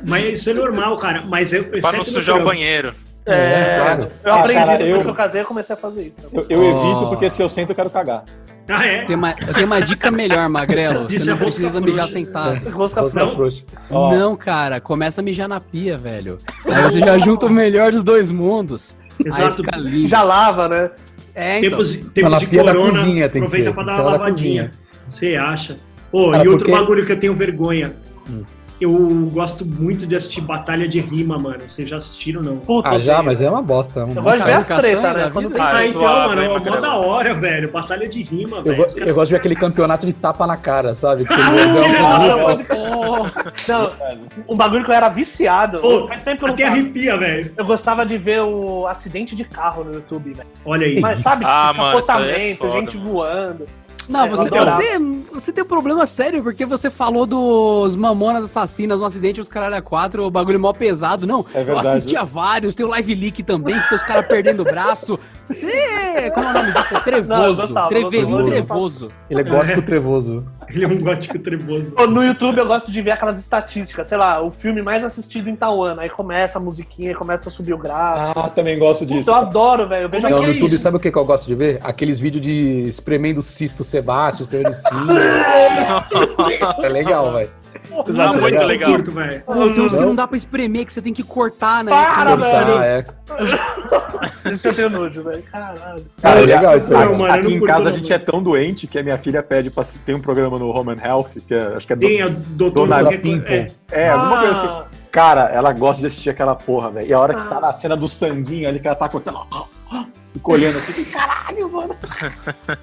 [SPEAKER 4] Mas isso é normal, cara. Mas eu,
[SPEAKER 3] Pra
[SPEAKER 4] exceto
[SPEAKER 3] não
[SPEAKER 4] no
[SPEAKER 3] sujar o
[SPEAKER 4] frango.
[SPEAKER 3] banheiro.
[SPEAKER 5] É,
[SPEAKER 2] claro.
[SPEAKER 5] eu aprendi,
[SPEAKER 1] Cara,
[SPEAKER 5] depois
[SPEAKER 1] eu-
[SPEAKER 5] que eu casei, eu comecei a fazer isso. também.
[SPEAKER 1] Eu, eu
[SPEAKER 6] Oh.
[SPEAKER 1] evito porque se eu sento eu quero cagar.
[SPEAKER 4] Ah, é?
[SPEAKER 6] Tem uma, eu tenho uma dica melhor, Magrelo.
[SPEAKER 4] Isso
[SPEAKER 6] Você
[SPEAKER 4] é
[SPEAKER 6] não precisa
[SPEAKER 4] rosca
[SPEAKER 6] mijar
[SPEAKER 4] frouxa.
[SPEAKER 2] É.
[SPEAKER 6] sentado.
[SPEAKER 5] Rosca
[SPEAKER 2] Rosca
[SPEAKER 4] Não.
[SPEAKER 2] frouxa.
[SPEAKER 1] Ó.
[SPEAKER 6] Não, cara, começa a mijar na pia, velho. Aí você já junta o melhor dos dois mundos. um- Aí
[SPEAKER 4] Exato.
[SPEAKER 6] fica livre.
[SPEAKER 5] já lava, né?
[SPEAKER 6] É, então.
[SPEAKER 4] Tempos,
[SPEAKER 2] Fala,
[SPEAKER 4] tempos de
[SPEAKER 2] pia da
[SPEAKER 4] corona,
[SPEAKER 2] cozinha tem que
[SPEAKER 4] aproveita
[SPEAKER 2] ser,
[SPEAKER 4] pra
[SPEAKER 2] tem
[SPEAKER 4] dar
[SPEAKER 2] que
[SPEAKER 4] uma
[SPEAKER 2] ser da
[SPEAKER 4] lavadinha. Você acha? Pô,
[SPEAKER 2] Cara,
[SPEAKER 4] e outro
[SPEAKER 2] porque- Hum.
[SPEAKER 4] bagulho que eu tenho vergonha. Eu gosto muito de assistir batalha de rima, mano. Vocês já assistiram, não?
[SPEAKER 5] Puta,
[SPEAKER 2] Ah, já,
[SPEAKER 5] odeio.
[SPEAKER 2] mas é uma bosta. é um-
[SPEAKER 5] Eu gosto de ver
[SPEAKER 6] Caio
[SPEAKER 5] as tretas,
[SPEAKER 6] Tá Castanha
[SPEAKER 5] né?
[SPEAKER 6] da
[SPEAKER 5] Quando
[SPEAKER 6] vida.
[SPEAKER 5] tem-
[SPEAKER 3] Ah,
[SPEAKER 4] Ah,
[SPEAKER 3] é
[SPEAKER 4] então,
[SPEAKER 3] suave,
[SPEAKER 4] mano,
[SPEAKER 3] hein,
[SPEAKER 4] é mó
[SPEAKER 3] Magrelo?
[SPEAKER 4] da hora, velho. Batalha de rima,
[SPEAKER 2] Eu,
[SPEAKER 4] velho.
[SPEAKER 2] go-
[SPEAKER 4] Os caras-
[SPEAKER 2] eu gosto de ver aquele campeonato de tapa na cara, sabe? Que você
[SPEAKER 5] não,
[SPEAKER 2] joga,
[SPEAKER 6] Oh,
[SPEAKER 5] Não, um bagulho que eu era viciado.
[SPEAKER 4] Ô,
[SPEAKER 5] Faz tempo que eu não
[SPEAKER 4] Até
[SPEAKER 5] faço.
[SPEAKER 4] arrepia, velho.
[SPEAKER 5] Eu gostava de ver o acidente de carro no YouTube, velho.
[SPEAKER 4] Olha aí.
[SPEAKER 5] Mas sabe,
[SPEAKER 3] Ah, mano, isso aí é
[SPEAKER 5] capotamento,
[SPEAKER 3] foda,
[SPEAKER 5] gente
[SPEAKER 3] mano.
[SPEAKER 5] voando.
[SPEAKER 6] Não, você,
[SPEAKER 5] Eu adorava.
[SPEAKER 6] você, você tem um problema sério, porque você falou dos mamonas assassinas no acidente, os caralho a quatro, o bagulho mó pesado. Não,
[SPEAKER 1] É
[SPEAKER 6] eu
[SPEAKER 1] verdade.
[SPEAKER 6] assisti a vários, tem o Live Leak também, que tem os caras perdendo o braço. Você, como é o nome disso? É
[SPEAKER 5] Não, eu
[SPEAKER 6] trevoso.
[SPEAKER 5] gostava,
[SPEAKER 6] Trevelin
[SPEAKER 2] eu gostava.
[SPEAKER 6] trevoso.
[SPEAKER 2] Ele é gótico trevoso.
[SPEAKER 4] Ele é um gótico trevoso.
[SPEAKER 5] Pô, No YouTube eu gosto de ver aquelas estatísticas, sei lá, o filme mais assistido em tal ano. Aí começa a musiquinha, aí começa a subir o gráfico.
[SPEAKER 1] Ah, também gosto
[SPEAKER 5] Puta,
[SPEAKER 1] disso.
[SPEAKER 5] eu adoro, velho. Eu vejo
[SPEAKER 2] Não,
[SPEAKER 5] aqui. é
[SPEAKER 2] no YouTube, sabe É, o que, que eu gosto de ver? Aqueles vídeos de espremendo cisto Sebastião, espremendo espinho. é legal, velho.
[SPEAKER 3] Ah,
[SPEAKER 2] Tá
[SPEAKER 3] muito
[SPEAKER 2] ligado?
[SPEAKER 3] legal.
[SPEAKER 4] Eu curto, velho.
[SPEAKER 6] Pô, tem uns que
[SPEAKER 2] Não.
[SPEAKER 6] não dá pra espremer, que você tem que cortar, né?
[SPEAKER 5] Para,
[SPEAKER 6] Cortar.
[SPEAKER 2] Ah, é.
[SPEAKER 5] Isso eu tenho nojo, velho. Caralho.
[SPEAKER 2] Cara, é legal isso aí.
[SPEAKER 4] Não, mano, eu
[SPEAKER 1] Aqui
[SPEAKER 4] não
[SPEAKER 1] em
[SPEAKER 4] curto,
[SPEAKER 1] casa a
[SPEAKER 4] não,
[SPEAKER 1] gente é
[SPEAKER 4] mano.
[SPEAKER 1] tão doente que a minha filha pede pra tem um programa no Home and Health, que é- acho que é, do,
[SPEAKER 4] Tem a doutor...
[SPEAKER 1] Dona
[SPEAKER 4] qualquer
[SPEAKER 2] Pimpo.
[SPEAKER 4] coisa- é.
[SPEAKER 1] é alguma coisa assim.
[SPEAKER 5] Ah,
[SPEAKER 1] Cara, ela gosta de assistir aquela porra, velho. E a hora que
[SPEAKER 4] Ah.
[SPEAKER 1] tá na cena do sanguinho ali, que ela tá cortando, ó, ó, ó, e colhendo assim.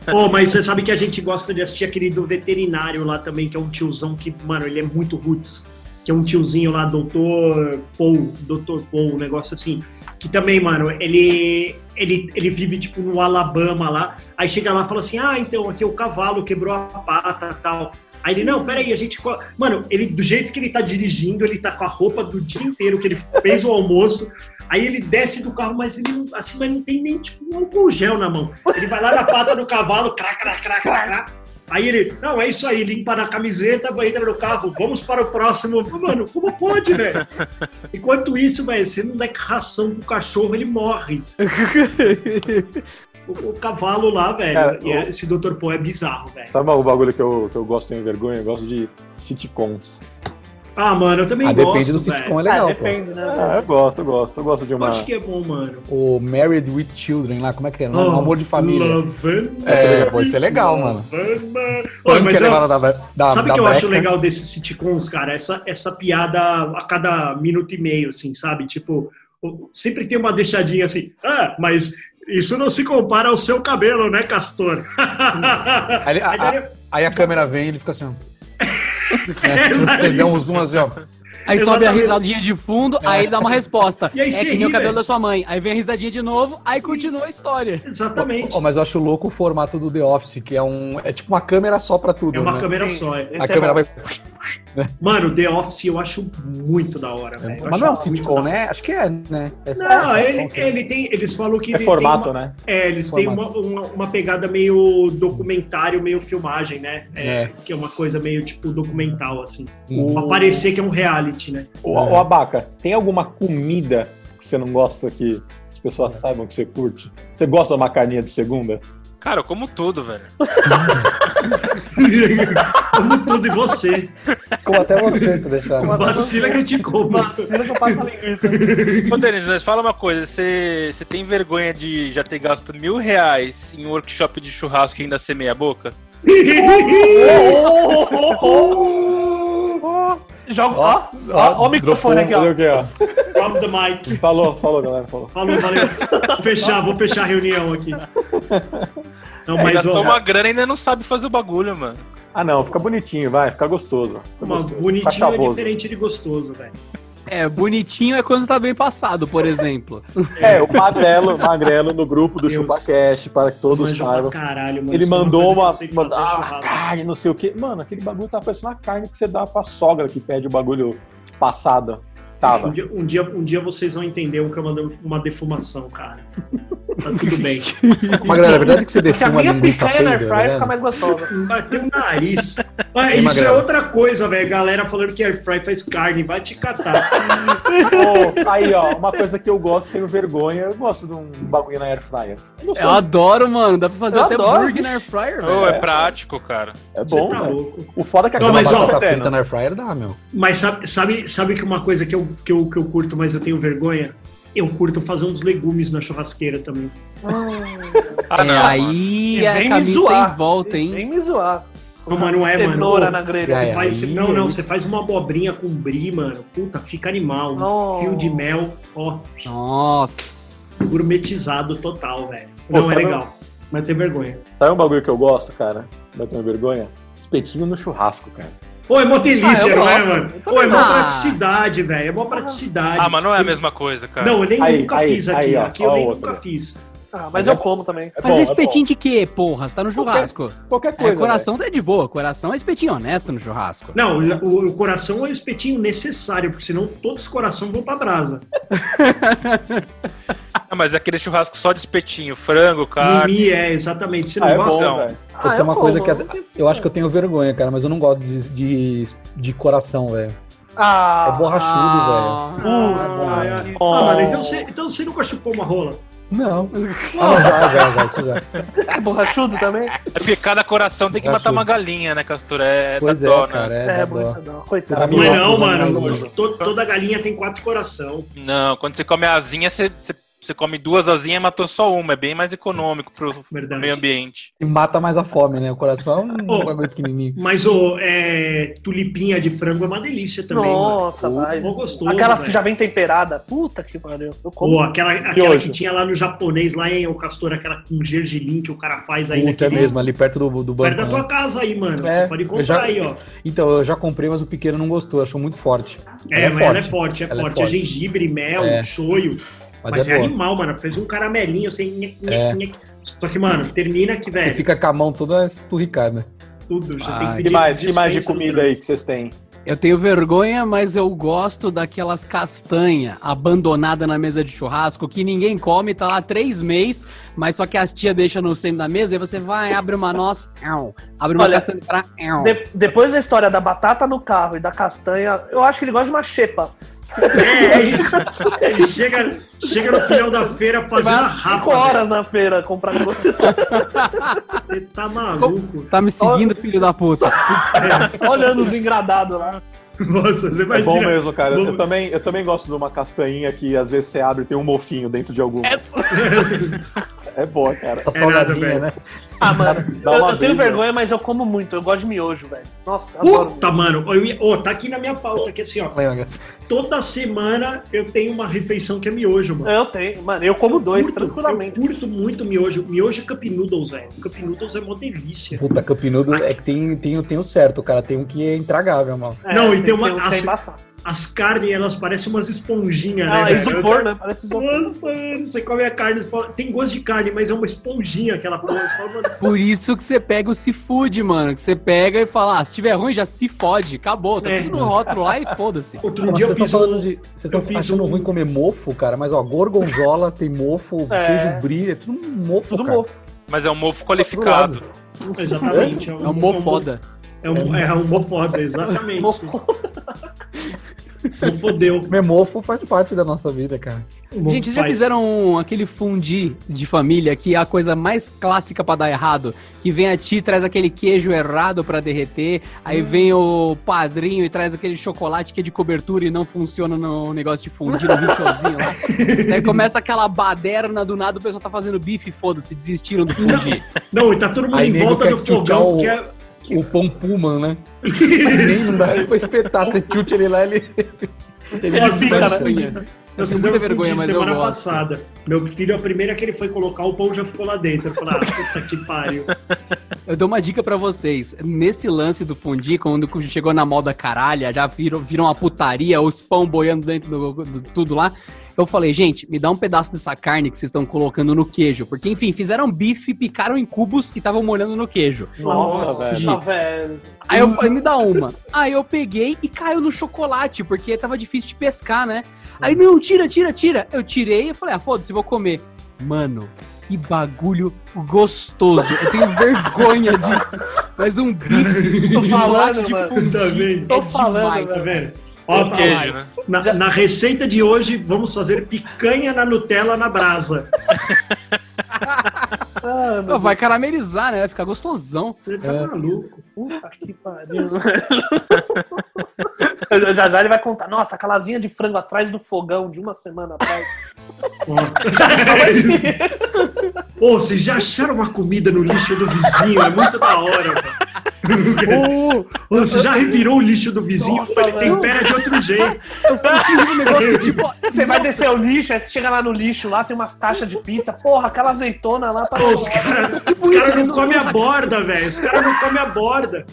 [SPEAKER 4] Pô, mas você sabe que a gente gosta de assistir aquele do veterinário lá também, que é um tiozão que, mano, ele é muito roots. Que é um tiozinho lá, doutor Paul, doutor Paul, um negócio assim. Que também, mano, ele, ele, ele vive, tipo, no Alabama lá. Aí chega lá e fala assim, ah, então, aqui o cavalo quebrou a pata tal. Aí ele, não, peraí, a gente... co-" Mano, ele, do jeito que ele tá dirigindo, ele tá com a roupa do dia inteiro, que ele fez o almoço. Aí ele desce do carro, mas ele não, assim, mas não tem nem tipo um álcool gel na mão. Ele vai lá na pata do cavalo, crá, crá, crá, crá, crá. Aí ele, não, é isso aí, limpa na camiseta, vai, entra no carro, vamos para o próximo. Mano, como pode, velho? Enquanto isso, velho, você não dá ração pro cachorro, ele morre. O, o cavalo lá, velho,
[SPEAKER 1] Cara,
[SPEAKER 4] e é- esse Dr. Paul é bizarro, velho.
[SPEAKER 1] Sabe o bagulho que eu, que eu gosto, tenho vergonha? Eu gosto de sitcoms.
[SPEAKER 4] Ah, mano, eu também
[SPEAKER 2] Ah, depende
[SPEAKER 4] gosto,
[SPEAKER 2] do
[SPEAKER 4] velho.
[SPEAKER 2] sitcom, é legal,
[SPEAKER 5] ah,
[SPEAKER 2] pô.
[SPEAKER 5] depende, né?
[SPEAKER 1] Ah, eu gosto, eu gosto. Eu gosto de
[SPEAKER 4] Eu
[SPEAKER 1] uma.
[SPEAKER 4] acho que é bom, mano.
[SPEAKER 2] O Married with Children lá, como é que é? Um
[SPEAKER 4] Oh,
[SPEAKER 2] amor de família.
[SPEAKER 4] Lavanda,
[SPEAKER 2] É, pô, isso é legal, mano.
[SPEAKER 4] lavanda. Ô,
[SPEAKER 2] Pano que
[SPEAKER 4] mas
[SPEAKER 2] é
[SPEAKER 4] eu-
[SPEAKER 2] levado da, da,
[SPEAKER 4] Sabe
[SPEAKER 2] da
[SPEAKER 4] o que eu acho
[SPEAKER 2] breca.
[SPEAKER 4] legal desses sitcoms, cara? Essa, essa piada a cada minuto e meio, assim, sabe? Tipo, o- sempre tem uma deixadinha assim, ah, mas isso não se compara ao seu cabelo, né, Castor?
[SPEAKER 2] Aí, ele- a-
[SPEAKER 4] Aí
[SPEAKER 2] a-
[SPEAKER 4] ele-
[SPEAKER 2] aí a câmera vem e ele fica assim, ó. É, ele dá um zoom assim, ó.
[SPEAKER 6] Aí sobe a
[SPEAKER 4] Exatamente.
[SPEAKER 6] risadinha de fundo, aí dá uma resposta.
[SPEAKER 4] E aí
[SPEAKER 6] é
[SPEAKER 4] você
[SPEAKER 6] que nem o
[SPEAKER 4] ri,
[SPEAKER 6] cabelo
[SPEAKER 4] velho.
[SPEAKER 6] da sua mãe. Aí vem a risadinha de novo, aí continua a história.
[SPEAKER 4] Exatamente.
[SPEAKER 2] Ó, mas eu acho louco o formato do The Office, que é um. É tipo uma câmera só pra tudo.
[SPEAKER 4] É uma
[SPEAKER 2] né?
[SPEAKER 4] câmera só. é.
[SPEAKER 2] A
[SPEAKER 5] Esse é
[SPEAKER 2] câmera
[SPEAKER 5] bom.
[SPEAKER 2] vai.
[SPEAKER 4] Mano, The Office eu acho muito da hora, velho. Eu
[SPEAKER 2] Mas não é um
[SPEAKER 4] acho muito
[SPEAKER 2] sitcom,
[SPEAKER 4] da-
[SPEAKER 2] né? Acho que é, né? É só-
[SPEAKER 4] Não,
[SPEAKER 2] é só-
[SPEAKER 4] ele, ele tem. Eles falam que.
[SPEAKER 1] É
[SPEAKER 4] ele
[SPEAKER 1] formato,
[SPEAKER 4] tem uma-
[SPEAKER 1] né?
[SPEAKER 4] É, eles
[SPEAKER 2] Formato.
[SPEAKER 4] têm uma, uma, uma pegada meio documentário, meio filmagem, né? É,
[SPEAKER 2] É.
[SPEAKER 4] Que é uma coisa meio tipo documental, assim.
[SPEAKER 1] Uhum.
[SPEAKER 2] Hum.
[SPEAKER 4] Pra parecer que é um reality, né?
[SPEAKER 1] O,
[SPEAKER 5] É.
[SPEAKER 1] o Abaca, tem alguma comida que você não gosta que as
[SPEAKER 5] É.
[SPEAKER 1] pessoas saibam que você curte? Você gosta de uma carninha de segunda?
[SPEAKER 3] Cara, eu como tudo, velho.
[SPEAKER 4] como tudo e você.
[SPEAKER 2] Como até você se deixar.
[SPEAKER 5] Como-
[SPEAKER 4] Vacila que eu te como.
[SPEAKER 5] Vacina que eu passo a linguiça.
[SPEAKER 3] Ô, Denis, mas fala uma coisa. Você você tem vergonha de já ter gasto mil reais em um workshop de churrasco e ainda ser meia boca?
[SPEAKER 5] Joga, ó, ó, Ah, ó o microfone
[SPEAKER 2] um-
[SPEAKER 5] aqui,
[SPEAKER 1] Fazer
[SPEAKER 5] ó.
[SPEAKER 1] o quê, ó?
[SPEAKER 4] Drop the mic.
[SPEAKER 1] Falou, falou, galera, falou.
[SPEAKER 4] Falou, valeu. Vou fechar, vou fechar a reunião aqui. Não, mas
[SPEAKER 3] Gastou
[SPEAKER 4] ó,
[SPEAKER 3] uma grana e ainda não sabe fazer o bagulho, mano.
[SPEAKER 1] Ah, não, fica bonitinho, vai, fica gostoso. Fica
[SPEAKER 4] uma
[SPEAKER 1] gostoso, fica
[SPEAKER 4] bonitinha é
[SPEAKER 1] chavoso.
[SPEAKER 4] diferente de gostoso, velho.
[SPEAKER 6] É, bonitinho é quando tá bem passado, por exemplo.
[SPEAKER 1] É, o Magrelo, Magrelo no grupo do
[SPEAKER 4] Deus.
[SPEAKER 1] ChupaCast, para que todos
[SPEAKER 4] Manjo pra
[SPEAKER 1] saibam.
[SPEAKER 4] caralho, mano.
[SPEAKER 1] Ele
[SPEAKER 4] Isso é
[SPEAKER 1] mandou
[SPEAKER 4] coisa que
[SPEAKER 1] uma.
[SPEAKER 4] eu sei
[SPEAKER 1] mandou-
[SPEAKER 4] fazer
[SPEAKER 1] ah,
[SPEAKER 4] churrasco.
[SPEAKER 1] carne, não sei o quê. Mano, aquele bagulho tá parecendo a carne que você dá pra sogra que pede o bagulho passada.
[SPEAKER 4] Um
[SPEAKER 1] Tava.
[SPEAKER 4] dia, um, dia, um dia vocês vão entender o que é uma, de- uma defumação, cara. Tá tudo bem.
[SPEAKER 2] Magrela, a verdade é que você
[SPEAKER 5] assim? Porque a
[SPEAKER 2] defuma
[SPEAKER 5] minha
[SPEAKER 2] ali nessa
[SPEAKER 5] picanha na air
[SPEAKER 2] peiga,
[SPEAKER 5] fryer fica
[SPEAKER 2] né?
[SPEAKER 5] mais gostosa.
[SPEAKER 4] Bateu o nariz. Mas
[SPEAKER 2] Ei,
[SPEAKER 4] isso é
[SPEAKER 2] Magrelo.
[SPEAKER 4] outra coisa, velho. Galera falando que air fry faz carne, vai te catar.
[SPEAKER 1] Pô, aí, ó, uma coisa que eu gosto, tenho vergonha. Eu gosto de um bagulho na air fryer. É gostoso,
[SPEAKER 6] Eu adoro, mano. Dá pra fazer
[SPEAKER 5] Eu
[SPEAKER 6] até
[SPEAKER 5] adoro,
[SPEAKER 6] burger na air fryer,
[SPEAKER 3] Oh,
[SPEAKER 6] velho.
[SPEAKER 3] é prático, cara.
[SPEAKER 1] É
[SPEAKER 4] Você
[SPEAKER 1] bom,
[SPEAKER 4] tá
[SPEAKER 1] velho.
[SPEAKER 4] louco.
[SPEAKER 1] O foda é que
[SPEAKER 4] Não,
[SPEAKER 1] aquela
[SPEAKER 4] mas, ó,
[SPEAKER 1] batata
[SPEAKER 2] Batata
[SPEAKER 1] frita
[SPEAKER 2] frita na air fryer dá, meu.
[SPEAKER 4] Mas sabe, sabe, sabe que uma coisa que eu, que, eu, que eu curto, mas eu tenho vergonha? Eu curto fazer uns legumes na churrasqueira também.
[SPEAKER 3] Ah,
[SPEAKER 6] É,
[SPEAKER 3] não. mano.
[SPEAKER 6] aí é
[SPEAKER 5] Vem me
[SPEAKER 6] caminho
[SPEAKER 5] zoar.
[SPEAKER 6] sem volta, hein?
[SPEAKER 5] Vem me zoar.
[SPEAKER 4] Não, mas não é, mano.
[SPEAKER 5] Cenoura
[SPEAKER 4] Ô,
[SPEAKER 5] na grelha.
[SPEAKER 2] já
[SPEAKER 4] Você
[SPEAKER 2] É,
[SPEAKER 4] faz,
[SPEAKER 2] aí
[SPEAKER 4] não, não,
[SPEAKER 2] é
[SPEAKER 4] você faz uma abobrinha com brie, mano. Puta, fica animal. Um
[SPEAKER 5] Oh.
[SPEAKER 4] fio de mel, ó,
[SPEAKER 6] Nossa.
[SPEAKER 4] gourmetizado total, velho.
[SPEAKER 1] Pô,
[SPEAKER 4] Não é
[SPEAKER 1] sabe-
[SPEAKER 4] legal, mas tem vergonha.
[SPEAKER 1] Sabe um bagulho que eu gosto, cara? Não tenho vergonha? Espetinho no churrasco, cara.
[SPEAKER 4] Pô, é mó delícia,
[SPEAKER 5] Ah, eu
[SPEAKER 4] não é,
[SPEAKER 5] gosto.
[SPEAKER 4] mano?
[SPEAKER 5] Eu
[SPEAKER 4] Pô, é
[SPEAKER 5] também
[SPEAKER 4] mó
[SPEAKER 6] gosto.
[SPEAKER 4] praticidade, velho. É mó praticidade.
[SPEAKER 3] Ah, mas não é a mesma coisa, cara.
[SPEAKER 4] Não, eu nem
[SPEAKER 1] Aí,
[SPEAKER 4] nunca
[SPEAKER 1] aí,
[SPEAKER 4] fiz
[SPEAKER 1] aí,
[SPEAKER 4] aqui.
[SPEAKER 1] ó,
[SPEAKER 4] aqui eu
[SPEAKER 1] ó
[SPEAKER 4] nem
[SPEAKER 1] outro.
[SPEAKER 4] nunca fiz.
[SPEAKER 5] Ah, mas eu como também.
[SPEAKER 1] É
[SPEAKER 6] Mas
[SPEAKER 1] bom,
[SPEAKER 6] é
[SPEAKER 1] é
[SPEAKER 6] espetinho de quê, porra? Você tá no churrasco.
[SPEAKER 1] bom. Qualquer
[SPEAKER 6] É,
[SPEAKER 1] coisa.
[SPEAKER 6] coração é de boa. Coração é espetinho honesto no churrasco.
[SPEAKER 4] Não, o, o coração é o espetinho necessário, porque senão todos os coração vão pra brasa.
[SPEAKER 3] Ah, mas é aquele churrasco só de espetinho, frango, carne.
[SPEAKER 4] Mimi é, exatamente. Você não
[SPEAKER 1] velho. Ah, é
[SPEAKER 4] gosta?
[SPEAKER 1] bom,
[SPEAKER 3] Não.
[SPEAKER 1] velho.
[SPEAKER 5] Ah,
[SPEAKER 2] Tem
[SPEAKER 5] eu
[SPEAKER 2] uma
[SPEAKER 5] como,
[SPEAKER 2] coisa que é-
[SPEAKER 5] eu não tenho
[SPEAKER 2] eu acho que eu tenho vergonha, cara, mas eu não gosto de, de, de coração, velho.
[SPEAKER 5] Ah,
[SPEAKER 2] É borrachudo,
[SPEAKER 4] Ah,
[SPEAKER 6] Ah,
[SPEAKER 2] velho.
[SPEAKER 4] é.
[SPEAKER 5] Oh.
[SPEAKER 4] Ah, mano, então você, então você nunca chupou uma rola?
[SPEAKER 2] Não. Ah, não, já, já, já, isso já.
[SPEAKER 5] é borrachudo também?
[SPEAKER 3] É porque cada coração tem que
[SPEAKER 2] Eu
[SPEAKER 3] matar
[SPEAKER 2] acho-
[SPEAKER 3] uma galinha, né, Castura? É,
[SPEAKER 2] Pois
[SPEAKER 3] da
[SPEAKER 2] é,
[SPEAKER 3] dona.
[SPEAKER 2] cara,
[SPEAKER 5] É,
[SPEAKER 2] é, dá dó.
[SPEAKER 5] borrachudão. Coitado.
[SPEAKER 2] Pra mim,
[SPEAKER 4] Não é
[SPEAKER 2] ó,
[SPEAKER 4] não,
[SPEAKER 2] os
[SPEAKER 4] mano.
[SPEAKER 2] animais.
[SPEAKER 4] To- Toda galinha tem quatro coração.
[SPEAKER 3] Não, quando você come a asinha, você, você, você come duas asinhas e matou só uma. É bem mais econômico pro
[SPEAKER 4] Verdade.
[SPEAKER 3] meio ambiente.
[SPEAKER 2] E mata mais a fome, né? O coração é
[SPEAKER 4] Ô.
[SPEAKER 2] um bagulho pequenininho.
[SPEAKER 4] Mas o tulipinha de frango é uma delícia também, mano.
[SPEAKER 5] Nossa, vai.
[SPEAKER 4] Mó gostoso,
[SPEAKER 5] Aquelas que
[SPEAKER 4] velho.
[SPEAKER 5] já vem temperada. Puta que pariu. Eu como.
[SPEAKER 4] Ou aquela, aquela
[SPEAKER 1] Miojo.
[SPEAKER 4] que tinha lá no japonês, lá em El Castor, aquela com gergelim que o cara faz aí
[SPEAKER 5] né,
[SPEAKER 2] Puta, é
[SPEAKER 4] naquele-
[SPEAKER 2] mesmo, ali perto do, do banco.
[SPEAKER 4] Perto da tua
[SPEAKER 2] né?
[SPEAKER 4] casa aí, mano.
[SPEAKER 2] É,
[SPEAKER 4] Você pode
[SPEAKER 2] eu
[SPEAKER 4] comprar
[SPEAKER 2] já-
[SPEAKER 4] aí, ó.
[SPEAKER 2] Então, eu já comprei, mas o pequeno não gostou, achou muito forte.
[SPEAKER 4] É,
[SPEAKER 2] Ela
[SPEAKER 4] mas ela é forte, é
[SPEAKER 2] Ela é
[SPEAKER 4] forte. É,
[SPEAKER 2] forte.
[SPEAKER 4] gengibre, mel,
[SPEAKER 2] É.
[SPEAKER 4] shoyu.
[SPEAKER 2] Mas,
[SPEAKER 4] Mas,
[SPEAKER 2] é,
[SPEAKER 4] é,
[SPEAKER 2] boa.
[SPEAKER 4] animal, mano. Fez um caramelinho assim. nhec, nhec,
[SPEAKER 2] É.
[SPEAKER 4] nhec. Só que, mano, termina que,
[SPEAKER 2] Você
[SPEAKER 4] velho,
[SPEAKER 2] fica com a mão toda esturricada.
[SPEAKER 4] tudo. Você
[SPEAKER 6] Ah,
[SPEAKER 4] tem que
[SPEAKER 1] Que
[SPEAKER 4] pedir
[SPEAKER 1] mais? Que mais de
[SPEAKER 4] dispensa do
[SPEAKER 1] comida aí que vocês têm?
[SPEAKER 6] Eu tenho vergonha, mas eu gosto daquelas castanha abandonada na mesa de churrasco que ninguém come, tá lá três meses, mas só que as tia deixa no centro da mesa e você vai, abre uma nossa, au, abre uma
[SPEAKER 5] Olha,
[SPEAKER 6] castanha pra. au.
[SPEAKER 5] De- depois da história da batata no carro e da castanha, eu acho que ele gosta de uma xepa.
[SPEAKER 4] É, é isso. Ele chega, chega no final da feira fazendo a
[SPEAKER 5] Vai às
[SPEAKER 4] rapa. né?
[SPEAKER 5] 5 horas na feira comprar coisa.
[SPEAKER 4] velho. Ele tá maluco.
[SPEAKER 6] Tá me seguindo, filho da puta.
[SPEAKER 5] Só olhando os engradados lá.
[SPEAKER 4] Nossa, você
[SPEAKER 1] É bom
[SPEAKER 4] imagina.
[SPEAKER 1] mesmo, cara. Eu
[SPEAKER 4] Bom.
[SPEAKER 1] também, eu também gosto de uma castanhinha que às vezes você abre e tem um mofinho dentro de algum. É boa, cara.
[SPEAKER 2] Tá
[SPEAKER 4] É nada,
[SPEAKER 2] salgadinha,
[SPEAKER 4] velho.
[SPEAKER 2] né?
[SPEAKER 5] Ah, mano.
[SPEAKER 1] Dá
[SPEAKER 5] eu-
[SPEAKER 1] uma
[SPEAKER 5] eu, tenho
[SPEAKER 1] brisa.
[SPEAKER 5] vergonha, mas eu como muito. Eu gosto de miojo, velho. Nossa, adoro. miojo.
[SPEAKER 4] Tá, mano. Ô, eu ia- ô, tá aqui na minha pauta, que assim, ó.
[SPEAKER 2] Lembra?
[SPEAKER 4] Toda semana eu tenho uma refeição que é miojo, mano.
[SPEAKER 5] Eu tenho, mano. Eu como dois
[SPEAKER 4] Curto,
[SPEAKER 5] tranquilamente.
[SPEAKER 4] Eu curto muito miojo. Miojo e cup noodles, velho. Cup noodles é uma delícia.
[SPEAKER 2] Puta, Campinudo é que tem, tem, tem o certo, cara. Tem um que é intragável, mano.
[SPEAKER 5] É,
[SPEAKER 4] Não, e
[SPEAKER 5] tem-
[SPEAKER 4] tem uma-
[SPEAKER 5] tem um que é
[SPEAKER 4] assim-
[SPEAKER 5] embaçado.
[SPEAKER 4] As carnes, elas parecem umas esponjinhas, né?
[SPEAKER 5] Ah,
[SPEAKER 4] velho?
[SPEAKER 5] isopor, né? Parece isopor.
[SPEAKER 4] Nossa, mano, você come a carne, você fala, tem gosto de carne, mas é uma esponjinha aquela porra. Você fala, mano,
[SPEAKER 6] Por isso que você pega o seafood, mano. Que você pega e fala, ah, se tiver ruim, já se fode. Acabou, tá
[SPEAKER 4] É.
[SPEAKER 6] tudo no rótulo lá e foda-se. É
[SPEAKER 4] outro
[SPEAKER 2] Mas
[SPEAKER 4] dia eu
[SPEAKER 2] vocês estão
[SPEAKER 4] fiz um,
[SPEAKER 2] falando de. Vocês estão
[SPEAKER 4] eu fiz
[SPEAKER 2] achando
[SPEAKER 4] um-
[SPEAKER 2] ruim comer mofo, cara, mas ó, gorgonzola, tem mofo,
[SPEAKER 5] É.
[SPEAKER 2] queijo brilha, é tudo mofo.
[SPEAKER 5] Tudo
[SPEAKER 2] cara.
[SPEAKER 5] mofo.
[SPEAKER 3] Mas é um mofo qualificado.
[SPEAKER 4] Exatamente.
[SPEAKER 6] É um mofoda.
[SPEAKER 4] É um, é um mofoda, exatamente. Mofodeu.
[SPEAKER 2] Comer mofo faz parte da nossa vida, cara.
[SPEAKER 6] Gente, vocês já fizeram um, aquele fundi de família que é a coisa mais clássica pra dar errado? Que vem a tia e traz aquele queijo errado pra derreter,
[SPEAKER 4] Hum.
[SPEAKER 6] aí vem o padrinho e traz aquele chocolate que é de cobertura e não funciona no negócio de fundir, no richozinho lá. Daí começa aquela baderna do nada, o pessoal tá fazendo bife, foda-se, desistiram do fundir.
[SPEAKER 4] Não, e tá todo mundo
[SPEAKER 2] Aí
[SPEAKER 4] em
[SPEAKER 2] nego
[SPEAKER 4] volta
[SPEAKER 2] quer
[SPEAKER 4] do
[SPEAKER 2] chutar
[SPEAKER 4] fogão,
[SPEAKER 2] o-
[SPEAKER 4] que é...
[SPEAKER 2] O pão Pullman, né? Nem não dá pra espetar. Você chute ele lá, ele.
[SPEAKER 6] Teve
[SPEAKER 4] É,
[SPEAKER 6] muita
[SPEAKER 4] sim, cara.
[SPEAKER 6] vergonha. Eu
[SPEAKER 4] fiz
[SPEAKER 6] tenho
[SPEAKER 4] um
[SPEAKER 6] muita
[SPEAKER 4] fondue
[SPEAKER 6] vergonha, mas eu
[SPEAKER 4] semana
[SPEAKER 6] gosto.
[SPEAKER 4] passada. Meu filho, a primeira que ele foi colocar, o pão já ficou lá dentro. Eu falei, ah, puta que pariu.
[SPEAKER 6] Eu dou uma dica pra vocês. Nesse lance do fundi, quando chegou na moda caralha, já virou, virou uma putaria, os pão boiando dentro do, do tudo lá. Eu falei, gente, me dá um pedaço dessa carne que vocês estão colocando no queijo. Porque, enfim, fizeram bife, picaram em cubos e estavam molhando no queijo.
[SPEAKER 1] Nossa,
[SPEAKER 5] Nossa, velho.
[SPEAKER 6] Aí
[SPEAKER 4] Hum.
[SPEAKER 6] eu falei, me dá uma. Aí eu peguei e caiu no chocolate, porque tava difícil de pescar, né?
[SPEAKER 4] Hum.
[SPEAKER 6] Aí, não, tira, tira, tira. Eu tirei e falei, ah, foda-se, vou comer. Mano, que bagulho gostoso. Eu tenho vergonha disso. Mas um bife
[SPEAKER 5] Tô
[SPEAKER 6] com
[SPEAKER 5] falando,
[SPEAKER 6] chocolate de
[SPEAKER 5] mano.
[SPEAKER 6] fundi
[SPEAKER 4] Tá vendo?
[SPEAKER 6] é
[SPEAKER 5] Tô falando,
[SPEAKER 6] demais.
[SPEAKER 4] Tá vendo? Ó,
[SPEAKER 3] Com
[SPEAKER 4] ó,
[SPEAKER 3] queijo, né?
[SPEAKER 4] na, na receita de hoje, vamos fazer picanha na Nutella na brasa.
[SPEAKER 5] Ah,
[SPEAKER 6] Não,
[SPEAKER 5] meu
[SPEAKER 6] Vai caramelizar, né? Vai ficar gostosão.
[SPEAKER 4] Você tá
[SPEAKER 2] É.
[SPEAKER 4] maluco.
[SPEAKER 5] Puta que pariu. já já ele vai contar. Nossa, aquela asinha de frango atrás do fogão de uma semana atrás.
[SPEAKER 4] Ó. Pô, vocês já acharam uma comida no lixo do vizinho? É muito da hora, mano.
[SPEAKER 2] Uh!
[SPEAKER 6] Ô,
[SPEAKER 4] Ô, Você já revirou o lixo do vizinho?
[SPEAKER 5] Nossa,
[SPEAKER 4] Pô, ele
[SPEAKER 5] velho.
[SPEAKER 4] tempera de outro jeito.
[SPEAKER 6] eu fiz um negócio tipo.
[SPEAKER 5] Você vai
[SPEAKER 6] nossa,
[SPEAKER 5] descer o lixo, aí você chega lá no lixo, lá tem umas taxas de pizza. Porra, aquela azeitona lá tá.
[SPEAKER 4] Pô, os caras
[SPEAKER 6] Tipo
[SPEAKER 4] os
[SPEAKER 6] isso,
[SPEAKER 4] cara
[SPEAKER 6] né?
[SPEAKER 4] não
[SPEAKER 6] No-
[SPEAKER 4] comem
[SPEAKER 6] no
[SPEAKER 4] a
[SPEAKER 6] Hagatsu.
[SPEAKER 4] borda, velho. Os caras não comem a borda.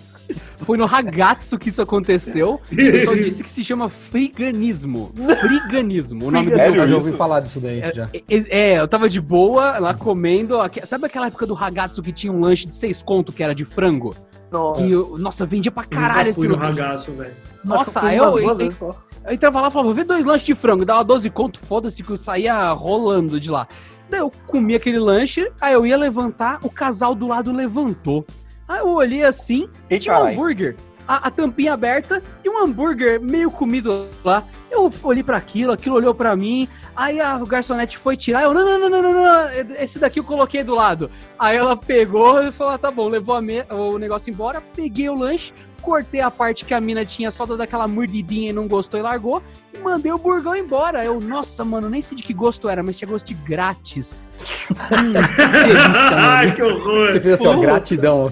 [SPEAKER 6] Foi no Ragatsu que isso aconteceu. Eu só disse que se chama friganismo. Friganismo, o nome do
[SPEAKER 2] Sério,
[SPEAKER 6] meu
[SPEAKER 2] eu já
[SPEAKER 6] vídeo.
[SPEAKER 2] ouvi falar disso daí.
[SPEAKER 6] É,
[SPEAKER 2] já.
[SPEAKER 6] é, é, eu tava de boa
[SPEAKER 5] Uhum.
[SPEAKER 6] lá comendo. aque- Sabe aquela época do ragazzo que tinha um lanche de seis conto que era de frango?
[SPEAKER 5] Nossa.
[SPEAKER 6] Que, eu- nossa, vendia pra caralho
[SPEAKER 4] eu
[SPEAKER 6] esse
[SPEAKER 4] fui no
[SPEAKER 6] lanche.
[SPEAKER 4] ragaço, velho.
[SPEAKER 6] Nossa,
[SPEAKER 5] Acho que
[SPEAKER 6] aí
[SPEAKER 5] eu fui umas
[SPEAKER 6] eu, Ah, eu,
[SPEAKER 5] duas vezes só.
[SPEAKER 6] eu entrava lá e falava, vê dois lanches de frango, dava 12 conto, foda-se que eu saía rolando de lá. Daí eu comi aquele lanche, aí eu ia levantar, o casal do lado levantou. Aí eu olhei assim,
[SPEAKER 7] E
[SPEAKER 6] tinha um hambúrguer, a, a tampinha aberta e um hambúrguer meio comido lá. Eu olhei pra aquilo, aquilo olhou pra mim. Aí a garçonete foi tirar. Eu, não, não, não, não, não, não, esse daqui eu coloquei do lado. Aí ela pegou e falou: ah, tá bom, levou a me- o negócio embora. Peguei o lanche, cortei a parte que a mina tinha só dado aquela mordidinha e não gostou e largou. E mandei o burgão embora. Eu, nossa, mano, nem sei de que gosto era, mas tinha gosto de grátis. Hum, que delícia, mano.
[SPEAKER 4] Ai, que horror.
[SPEAKER 2] Você fez assim, ó,
[SPEAKER 4] Pô,
[SPEAKER 2] gratidão.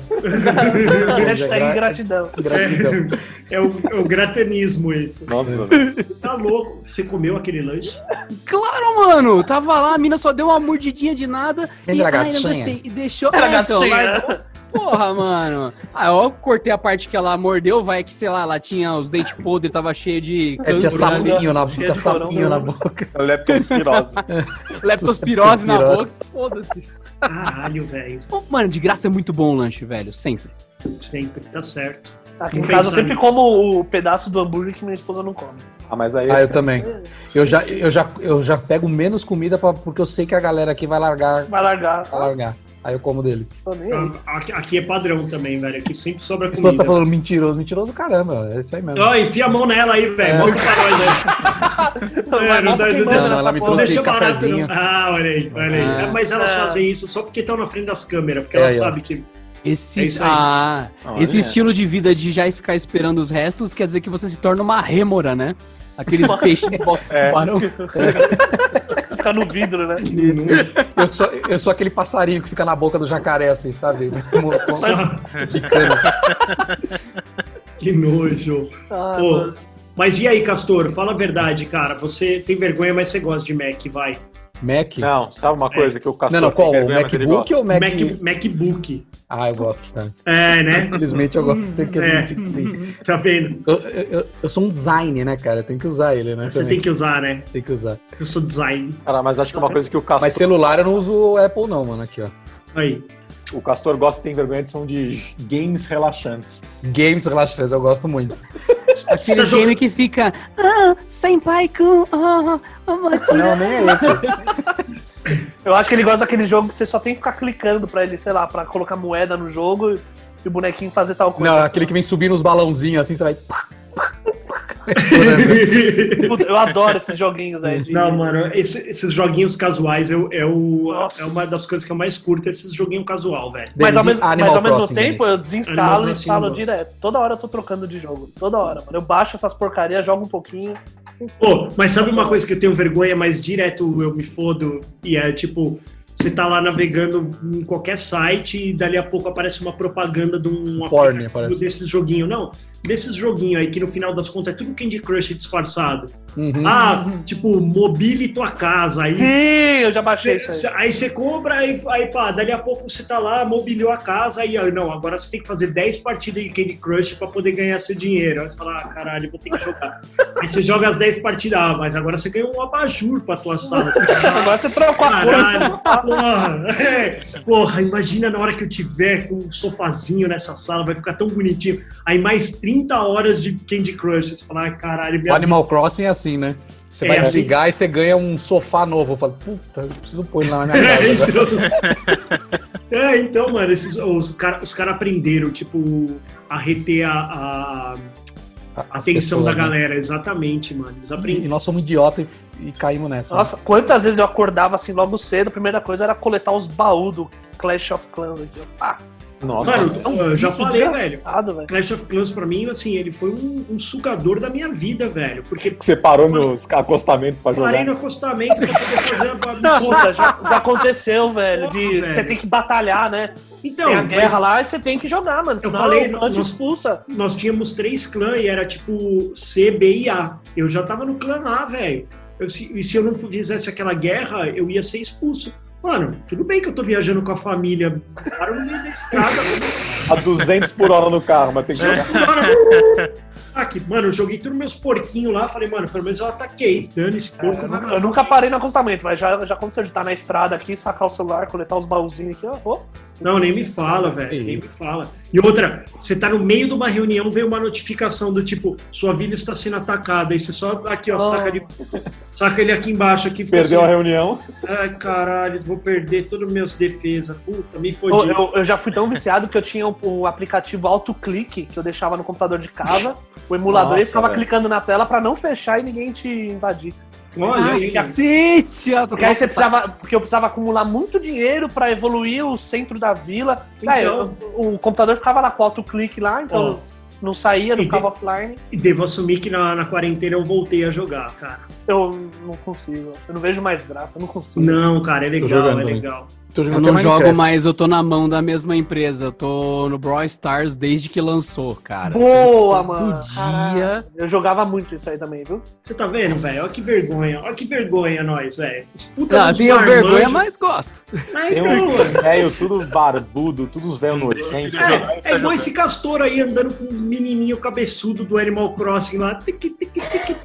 [SPEAKER 5] Hashtag gratidão.
[SPEAKER 2] Gratidão.
[SPEAKER 4] É o, é o gratenismo isso.
[SPEAKER 1] Nossa, velho.
[SPEAKER 4] Tá louco. Você comeu aquele lanche?
[SPEAKER 6] Claro, Então, mano! Tava lá, a mina só deu uma mordidinha de nada e
[SPEAKER 2] Lembra da
[SPEAKER 6] ai, não
[SPEAKER 2] gatinha?
[SPEAKER 6] gostei. E deixou.
[SPEAKER 5] Era
[SPEAKER 6] É, então,
[SPEAKER 5] gatinha.
[SPEAKER 6] largou. Porra, mano. Aí eu cortei a parte que ela mordeu, vai que, sei lá, ela tinha os dentes podres, tava cheio de
[SPEAKER 2] É, tinha
[SPEAKER 6] cancro, né?
[SPEAKER 2] sapinho na,
[SPEAKER 5] Cheio
[SPEAKER 2] tinha
[SPEAKER 5] de corão,
[SPEAKER 2] sapinho na
[SPEAKER 5] né?
[SPEAKER 2] boca.
[SPEAKER 1] é
[SPEAKER 7] Leptospirose.
[SPEAKER 6] leptospirose na boca.
[SPEAKER 2] Leptospirose.
[SPEAKER 6] Foda-se.
[SPEAKER 4] Caralho, velho.
[SPEAKER 6] Pô, Mano, de graça é muito bom o lanche, velho. Sempre.
[SPEAKER 4] Sempre, tá certo.
[SPEAKER 5] Aqui em
[SPEAKER 4] Não
[SPEAKER 5] casa eu
[SPEAKER 4] pensando.
[SPEAKER 5] sempre como o pedaço do hambúrguer que minha esposa não come.
[SPEAKER 1] Ah, mas aí.
[SPEAKER 2] Ah, eu também. Eu já, eu já, eu já pego menos comida pra, porque eu sei que a galera aqui vai largar.
[SPEAKER 5] Vai largar.
[SPEAKER 2] Vai largar. Aí eu como deles.
[SPEAKER 5] Tô nem aí.
[SPEAKER 4] Aqui- Aqui é padrão também, velho. Aqui sempre sobra
[SPEAKER 2] A esposa
[SPEAKER 4] comida. Ah.
[SPEAKER 2] tá falando mentiroso, mentiroso caramba. É isso aí mesmo.
[SPEAKER 4] Ó, enfia a mão nela aí, velho.
[SPEAKER 2] É.
[SPEAKER 4] Mostra pra nós aí.
[SPEAKER 5] Vai,
[SPEAKER 4] não dá-
[SPEAKER 5] mostra quem
[SPEAKER 4] não
[SPEAKER 5] manda
[SPEAKER 4] dá-
[SPEAKER 5] nessa
[SPEAKER 2] ela me
[SPEAKER 5] porra.
[SPEAKER 4] Não
[SPEAKER 2] trouxe-
[SPEAKER 4] deixa barato,
[SPEAKER 2] cafezinho.
[SPEAKER 4] não. Ah, olha aí, olha aí.
[SPEAKER 6] Ah.
[SPEAKER 4] É, mas elas
[SPEAKER 5] Ah.
[SPEAKER 4] fazem isso só porque estão na frente das câmeras, porque
[SPEAKER 2] É,
[SPEAKER 4] elas
[SPEAKER 2] aí, ó.
[SPEAKER 4] sabem que.
[SPEAKER 6] Esse,
[SPEAKER 4] É isso aí. é.
[SPEAKER 6] ah,
[SPEAKER 1] Olha.
[SPEAKER 6] esse estilo de vida de já ficar esperando os restos quer dizer que você se torna uma rêmora, né? Aqueles peixes que botam
[SPEAKER 7] É.
[SPEAKER 6] tubarão.
[SPEAKER 5] Fica no vidro, né?
[SPEAKER 2] Eu, sou, eu sou aquele passarinho que fica na boca do jacaré, assim, sabe? Como- como-
[SPEAKER 4] que nojo.
[SPEAKER 5] Ah,
[SPEAKER 4] Pô,
[SPEAKER 5] mano.
[SPEAKER 4] Mas e aí, Castor? Fala a verdade, cara. Você tem vergonha, mas você gosta de Mac, vai.
[SPEAKER 2] Mac? Não,
[SPEAKER 1] Não, sabe uma coisa que o Castor
[SPEAKER 2] não, qual?
[SPEAKER 1] Ah, tem
[SPEAKER 2] O
[SPEAKER 1] vergonha, mas ele
[SPEAKER 2] MacBook ou o Mac?
[SPEAKER 4] Mac, MacBook.
[SPEAKER 2] Ah, eu gosto tanto.
[SPEAKER 4] É, né?
[SPEAKER 2] Infelizmente eu gosto, tenho que
[SPEAKER 4] É.
[SPEAKER 2] admitir que sim.
[SPEAKER 4] Tá vendo?
[SPEAKER 2] Eu, eu, eu sou um design, né, cara? Eu tenho que usar ele, né?
[SPEAKER 4] Você
[SPEAKER 2] também.
[SPEAKER 4] tem que usar, né?
[SPEAKER 2] Tem que usar.
[SPEAKER 4] Eu sou design.
[SPEAKER 1] gosta. Cara, mas acho que uma coisa que o Castor,
[SPEAKER 2] Mas celular eu não uso o Apple, não, mano. Aqui, ó.
[SPEAKER 4] Aí.
[SPEAKER 1] o Castor gosta e tem vergonha são de games relaxantes.
[SPEAKER 2] Games relaxantes, eu gosto muito.
[SPEAKER 6] Aquele
[SPEAKER 4] Você tá
[SPEAKER 6] game que fica. Ah, senpai kun, ah, ah,
[SPEAKER 2] Não, nem é esse.
[SPEAKER 5] Eu acho que ele gosta daquele jogo que você só tem que ficar clicando pra ele, sei lá, pra colocar moeda no jogo e o bonequinho fazer tal coisa.
[SPEAKER 2] Não, é aquele que vem subindo os balãozinhos assim, você vai.
[SPEAKER 5] Puta, Eu adoro esses joguinhos aí. de-
[SPEAKER 4] Não, mano, esse- esses joguinhos casuais eu, é, o,
[SPEAKER 5] Nossa.
[SPEAKER 4] é uma das coisas que eu mais curto, é esses joguinhos casual, velho.
[SPEAKER 5] Mas ao
[SPEAKER 2] Deles,
[SPEAKER 5] mesmo, mas
[SPEAKER 2] Animal
[SPEAKER 5] ao mesmo
[SPEAKER 2] Crossing,
[SPEAKER 5] tempo
[SPEAKER 2] deles.
[SPEAKER 5] eu
[SPEAKER 4] Animal
[SPEAKER 5] desinstalo e
[SPEAKER 4] Crossing eu
[SPEAKER 5] instalo
[SPEAKER 4] gosto.
[SPEAKER 5] direto. Toda hora eu tô trocando de jogo. Toda hora, mano. Eu baixo essas porcarias, jogo um pouquinho.
[SPEAKER 4] Pô, mas sabe uma coisa que eu tenho vergonha, mas direto eu me fodo e é tipo, você tá lá navegando em qualquer site e dali a pouco aparece uma propaganda de um
[SPEAKER 2] Porn,
[SPEAKER 4] aplicativo
[SPEAKER 2] parece.
[SPEAKER 4] desse joguinho. Não, desses joguinhos aí que no final das contas é tudo Candy Crush disfarçado.
[SPEAKER 2] Uhum.
[SPEAKER 4] Ah, tipo, mobile tua casa. Aí
[SPEAKER 5] Sim, eu já baixei isso aí.
[SPEAKER 4] Cê- Aí você compra, aí, aí pá, dali a pouco você tá lá, mobiliou a casa, aí ah, não, agora você tem que fazer 10 partidas de Candy Crush pra poder ganhar seu dinheiro. Aí você fala, ah, caralho, vou ter que jogar. aí você joga as 10 partidas, ah, mas agora você ganhou um abajur pra tua sala. Você fala, "Ah,
[SPEAKER 5] Agora você trocou a cor.
[SPEAKER 4] Caralho, porra, é. porra, imagina na hora que eu tiver com um sofazinho nessa sala, vai ficar tão bonitinho. Aí mais 30 horas de Candy Crush, você fala, ah, caralho,
[SPEAKER 2] O
[SPEAKER 4] minha
[SPEAKER 2] Animal Crossing é assim, né? Você
[SPEAKER 4] É
[SPEAKER 2] vai
[SPEAKER 4] assim.
[SPEAKER 2] desligar e você ganha um sofá novo. Eu falo, puta, eu preciso pôr ele lá na minha
[SPEAKER 4] É,
[SPEAKER 2] casa. agora.
[SPEAKER 4] então- É, então, mano, esses, os caras os cara aprenderam, tipo, a reter a, a
[SPEAKER 2] As
[SPEAKER 4] atenção da
[SPEAKER 2] pessoas, né?
[SPEAKER 4] galera, exatamente, mano. Eles
[SPEAKER 2] E
[SPEAKER 4] aprenderam.
[SPEAKER 2] nós somos idiotas e, e caímos nessa. né?
[SPEAKER 5] Nossa, quantas vezes eu acordava assim logo cedo, a primeira coisa era coletar os baús do Clash of Clans. Eu, ah,
[SPEAKER 1] Nossa.
[SPEAKER 4] Mano,
[SPEAKER 5] é um
[SPEAKER 4] eu já
[SPEAKER 5] vício
[SPEAKER 4] falei,
[SPEAKER 5] desgraçado, velho.
[SPEAKER 4] Clash of Clans, pra mim, assim, ele foi um, um sugador da minha vida, velho. Porque
[SPEAKER 1] que você parou nos acostamentos pra jogar.
[SPEAKER 4] parei no acostamento pra poder fazer a
[SPEAKER 5] Puta, já, já aconteceu, velho. De
[SPEAKER 4] Porra,
[SPEAKER 5] você
[SPEAKER 4] velho.
[SPEAKER 5] tem que batalhar, né?
[SPEAKER 4] Então,
[SPEAKER 5] tem a guerra
[SPEAKER 4] mas-
[SPEAKER 5] lá e você tem que jogar, mano. Senão
[SPEAKER 4] falei,
[SPEAKER 5] o clã te
[SPEAKER 4] nós-
[SPEAKER 5] expulsa.
[SPEAKER 4] nós tínhamos três clãs e era tipo C, B e A. Eu já tava no clã A, velho. Eu, se, e se eu não fizesse aquela guerra, eu ia ser expulso. Mano, tudo bem que eu tô viajando com a família. Para no meio da estrada.
[SPEAKER 1] A 200 Tá por hora no carro, mas tem que
[SPEAKER 4] É.
[SPEAKER 1] jogar.
[SPEAKER 4] bora. Aqui, mano, eu joguei todos meus porquinhos lá. Falei, mano, pelo menos eu ataquei. Dane esse porco.
[SPEAKER 5] É, Eu
[SPEAKER 4] vai
[SPEAKER 5] nunca,
[SPEAKER 4] lá.
[SPEAKER 5] eu nunca parei no acostamento, mas já, já aconteceu de estar na estrada aqui, sacar o celular, coletar os baúzinhos aqui, ó. ó.
[SPEAKER 4] Não, nem me fala, velho. Nem me fala. E outra, você tá no meio de uma reunião, vem uma notificação do tipo, sua vila está sendo atacada. Aí você só aqui, ó,
[SPEAKER 5] Oh.
[SPEAKER 4] saca, de- saca ele aqui embaixo, aqui fica
[SPEAKER 1] Perdeu a
[SPEAKER 4] assim,
[SPEAKER 1] reunião.
[SPEAKER 4] Ai, caralho, vou perder todos os meus defesas. Puta, me
[SPEAKER 5] Eu,
[SPEAKER 4] fodi.
[SPEAKER 5] eu- eu já fui tão viciado que eu tinha um, um aplicativo autoclique que eu deixava no computador de casa, o emulador,
[SPEAKER 1] Nossa,
[SPEAKER 5] e ficava
[SPEAKER 1] velho.
[SPEAKER 5] clicando na tela pra não fechar e ninguém te invadir.
[SPEAKER 4] Olha
[SPEAKER 2] Ah,
[SPEAKER 4] aí.
[SPEAKER 6] Cacete! ó,
[SPEAKER 5] Porque aí
[SPEAKER 4] tá.
[SPEAKER 5] você precisava, porque eu precisava acumular muito dinheiro pra evoluir o centro da vila.
[SPEAKER 4] Então- Ah.
[SPEAKER 5] Aí, eu- o computador ficava lá com autoclique lá, então não saía, não
[SPEAKER 4] E
[SPEAKER 5] ficava offline.
[SPEAKER 4] E devo assumir que na, na quarentena eu voltei a jogar, cara.
[SPEAKER 5] Eu não consigo. Eu não vejo mais graça, eu não consigo.
[SPEAKER 4] Não, cara, é legal,
[SPEAKER 2] jogando
[SPEAKER 4] é
[SPEAKER 2] também.
[SPEAKER 4] legal.
[SPEAKER 2] Tô jogando
[SPEAKER 6] Eu não
[SPEAKER 2] até
[SPEAKER 6] jogo,
[SPEAKER 2] Minecraft.
[SPEAKER 6] mas eu tô na mão da mesma empresa. Eu tô no Brawl Stars desde que lançou, cara.
[SPEAKER 5] Boa,
[SPEAKER 6] Todo
[SPEAKER 5] mano.
[SPEAKER 6] dia.
[SPEAKER 5] Caralho. Eu jogava muito isso aí também, viu?
[SPEAKER 4] Você tá vendo, velho? Olha que vergonha. Olha que vergonha nós, velho. Disputa
[SPEAKER 2] Ah,
[SPEAKER 6] Não,
[SPEAKER 4] dos
[SPEAKER 6] tenho
[SPEAKER 4] marmanjos.
[SPEAKER 6] vergonha, mas gosto.
[SPEAKER 4] Ah,
[SPEAKER 1] Tem
[SPEAKER 2] um-
[SPEAKER 4] então,
[SPEAKER 1] uns
[SPEAKER 4] mano.
[SPEAKER 1] velho tudo barbudo, tudo os velhos
[SPEAKER 2] um
[SPEAKER 1] nojentos.
[SPEAKER 4] É, é igual esse castor aí andando com um menininho cabeçudo do Animal Crossing lá. Tiqui, tiqui, tiqui, tiqui.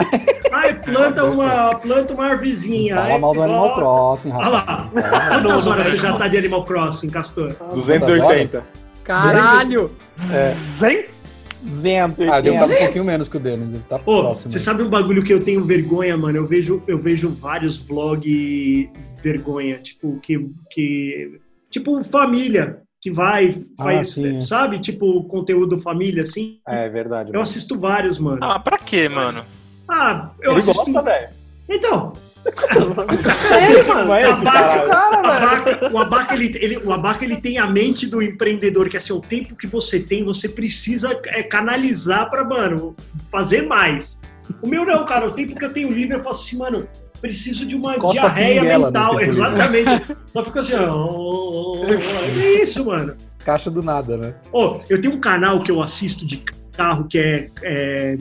[SPEAKER 4] Ai, planta uma, planta uma arvezinha.
[SPEAKER 2] Fala
[SPEAKER 4] Ai,
[SPEAKER 2] mal do Animal
[SPEAKER 4] volta.
[SPEAKER 2] Crossing, é.
[SPEAKER 4] Olha
[SPEAKER 2] rapaz.
[SPEAKER 4] lá. Quantas horas você já tá de Animal Crossing, Castor?
[SPEAKER 1] 280.
[SPEAKER 6] Caralho!
[SPEAKER 5] 200?
[SPEAKER 1] 280.
[SPEAKER 2] Ah, deu um pouquinho menos que o Denis. Ele tá
[SPEAKER 4] Ô,
[SPEAKER 2] próximo.
[SPEAKER 4] você sabe um bagulho que eu tenho vergonha, mano? Eu vejo, eu vejo vários vlog vergonha, tipo, que, que. Tipo, família, que vai,
[SPEAKER 2] Ah,
[SPEAKER 4] faz,
[SPEAKER 2] sim, é.
[SPEAKER 4] sabe? Tipo, conteúdo família, assim.
[SPEAKER 1] É verdade.
[SPEAKER 4] Eu
[SPEAKER 1] mano.
[SPEAKER 4] assisto vários, mano.
[SPEAKER 3] Ah, pra quê, mano?
[SPEAKER 4] Ah, eu
[SPEAKER 1] Ele
[SPEAKER 4] assisto.
[SPEAKER 1] gosta, velho.
[SPEAKER 4] Então,
[SPEAKER 5] É, mano.
[SPEAKER 1] Não é esse
[SPEAKER 4] Abaca,
[SPEAKER 1] cara.
[SPEAKER 5] Cara,
[SPEAKER 4] o
[SPEAKER 5] velho.
[SPEAKER 4] abaca, o abaca, ele, ele- o abaca ele tem a mente do empreendedor, que assim, o tempo que você tem, você precisa é, canalizar pra, mano, fazer mais. O meu não, cara, o tempo que eu tenho livre, eu faço assim, mano, preciso de uma
[SPEAKER 2] Coça a
[SPEAKER 4] diarreia
[SPEAKER 2] pinguela
[SPEAKER 4] mental.
[SPEAKER 2] no tempo livre.
[SPEAKER 4] Exatamente. Só fica assim, ó. ó, ó, ó, é isso, mano.
[SPEAKER 2] Caixa do nada, né?
[SPEAKER 4] Ó, eu tenho um canal que eu assisto de carro que é, é,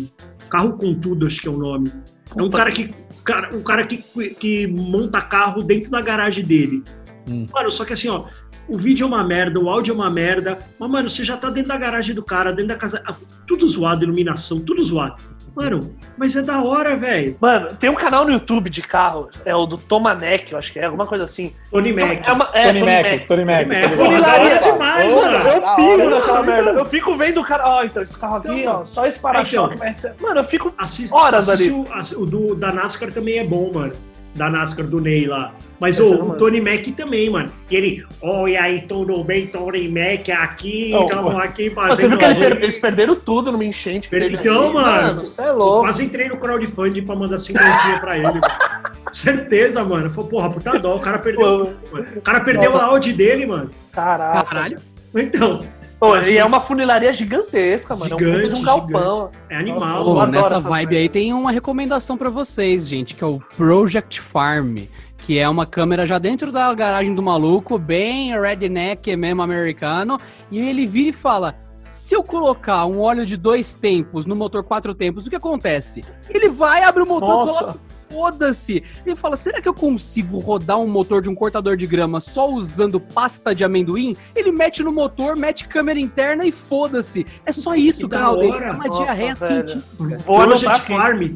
[SPEAKER 4] Carro com Tudo, acho que é o nome. É um cara que cara- um cara que, que monta carro dentro da garagem dele.
[SPEAKER 2] Hum.
[SPEAKER 4] Mano, só que assim, ó, o vídeo é uma merda, o áudio é uma merda, mas mano, você já tá dentro da garagem do cara, dentro da casa, ah, tudo zoado, iluminação, tudo zoado. Mano, mas é da hora, velho.
[SPEAKER 5] Mano, tem um canal no YouTube de carro, é o do Tomanek, eu acho que é, alguma coisa assim.
[SPEAKER 4] Tony Mac.
[SPEAKER 5] É, uma, é
[SPEAKER 1] Tony Mac, Tony Mac.
[SPEAKER 4] Tony Mac.
[SPEAKER 1] Tony
[SPEAKER 4] Porra,
[SPEAKER 1] Mac.
[SPEAKER 4] da hora
[SPEAKER 5] Hilaria
[SPEAKER 4] demais,
[SPEAKER 5] Mano,
[SPEAKER 4] mano.
[SPEAKER 5] eu
[SPEAKER 1] da
[SPEAKER 5] fico
[SPEAKER 1] hora,
[SPEAKER 5] naquela
[SPEAKER 1] tá
[SPEAKER 5] merda.
[SPEAKER 1] merda.
[SPEAKER 5] Eu fico vendo o cara. Ó, então, esse carro aqui,
[SPEAKER 4] Então,
[SPEAKER 5] ó, só esse para-choque.
[SPEAKER 4] então.
[SPEAKER 5] mas é- Mano, eu fico.
[SPEAKER 4] Assis-
[SPEAKER 5] Horas
[SPEAKER 4] assiste o- ass- o do, da NASCAR também é bom, mano. Da NASCAR do Ney lá. Mas
[SPEAKER 5] Esse
[SPEAKER 4] ô,
[SPEAKER 5] eu não
[SPEAKER 4] o
[SPEAKER 5] lembro.
[SPEAKER 4] Tony Mac também, mano. E ele, oi aí, tudo bem, Tony Mac aqui,
[SPEAKER 5] Oh,
[SPEAKER 4] tamo aqui fazendo.
[SPEAKER 5] Você viu que eles,
[SPEAKER 4] a-
[SPEAKER 5] per- eles perderam tudo numa enchente. que teve
[SPEAKER 4] Então,
[SPEAKER 5] aqui?
[SPEAKER 4] mano.
[SPEAKER 5] Você é louco.
[SPEAKER 4] Quase entrei no crowdfunding pra mandar cinquentinha pra ele. mano. Certeza, mano. Falei, porra, puta dó, o cara perdeu. mano. O cara perdeu
[SPEAKER 6] Nossa.
[SPEAKER 4] a Audi dele, mano.
[SPEAKER 5] Caraca.
[SPEAKER 6] Caralho!
[SPEAKER 4] Então,
[SPEAKER 5] Pô, e é uma funilaria gigantesca, mano. é um puta de um
[SPEAKER 4] Gigante,
[SPEAKER 5] galpão.
[SPEAKER 4] é animal.
[SPEAKER 5] Nossa,
[SPEAKER 6] Pô,
[SPEAKER 5] adoro
[SPEAKER 6] nessa
[SPEAKER 5] essa
[SPEAKER 6] vibe aí tem uma recomendação pra vocês, gente, que é o Project Farm, que é uma câmera já dentro da garagem do maluco, bem redneck mesmo americano, e ele vira e fala: Se eu colocar um óleo de dois tempos no motor quatro tempos, o que acontece? Ele vai, abre o motor,
[SPEAKER 1] Nossa.
[SPEAKER 6] coloca. Foda-se! Ele fala: será que eu consigo rodar um motor de um cortador de grama só usando pasta de amendoim? Ele mete no motor, mete câmera interna e foda-se. É só isso,
[SPEAKER 4] Que da
[SPEAKER 6] Galdo. Ele
[SPEAKER 4] hora.
[SPEAKER 6] é uma
[SPEAKER 5] Nossa,
[SPEAKER 6] diarreia
[SPEAKER 5] velho.
[SPEAKER 6] científica.
[SPEAKER 5] Vou anotar
[SPEAKER 4] Project
[SPEAKER 5] aqui.
[SPEAKER 4] é Farm.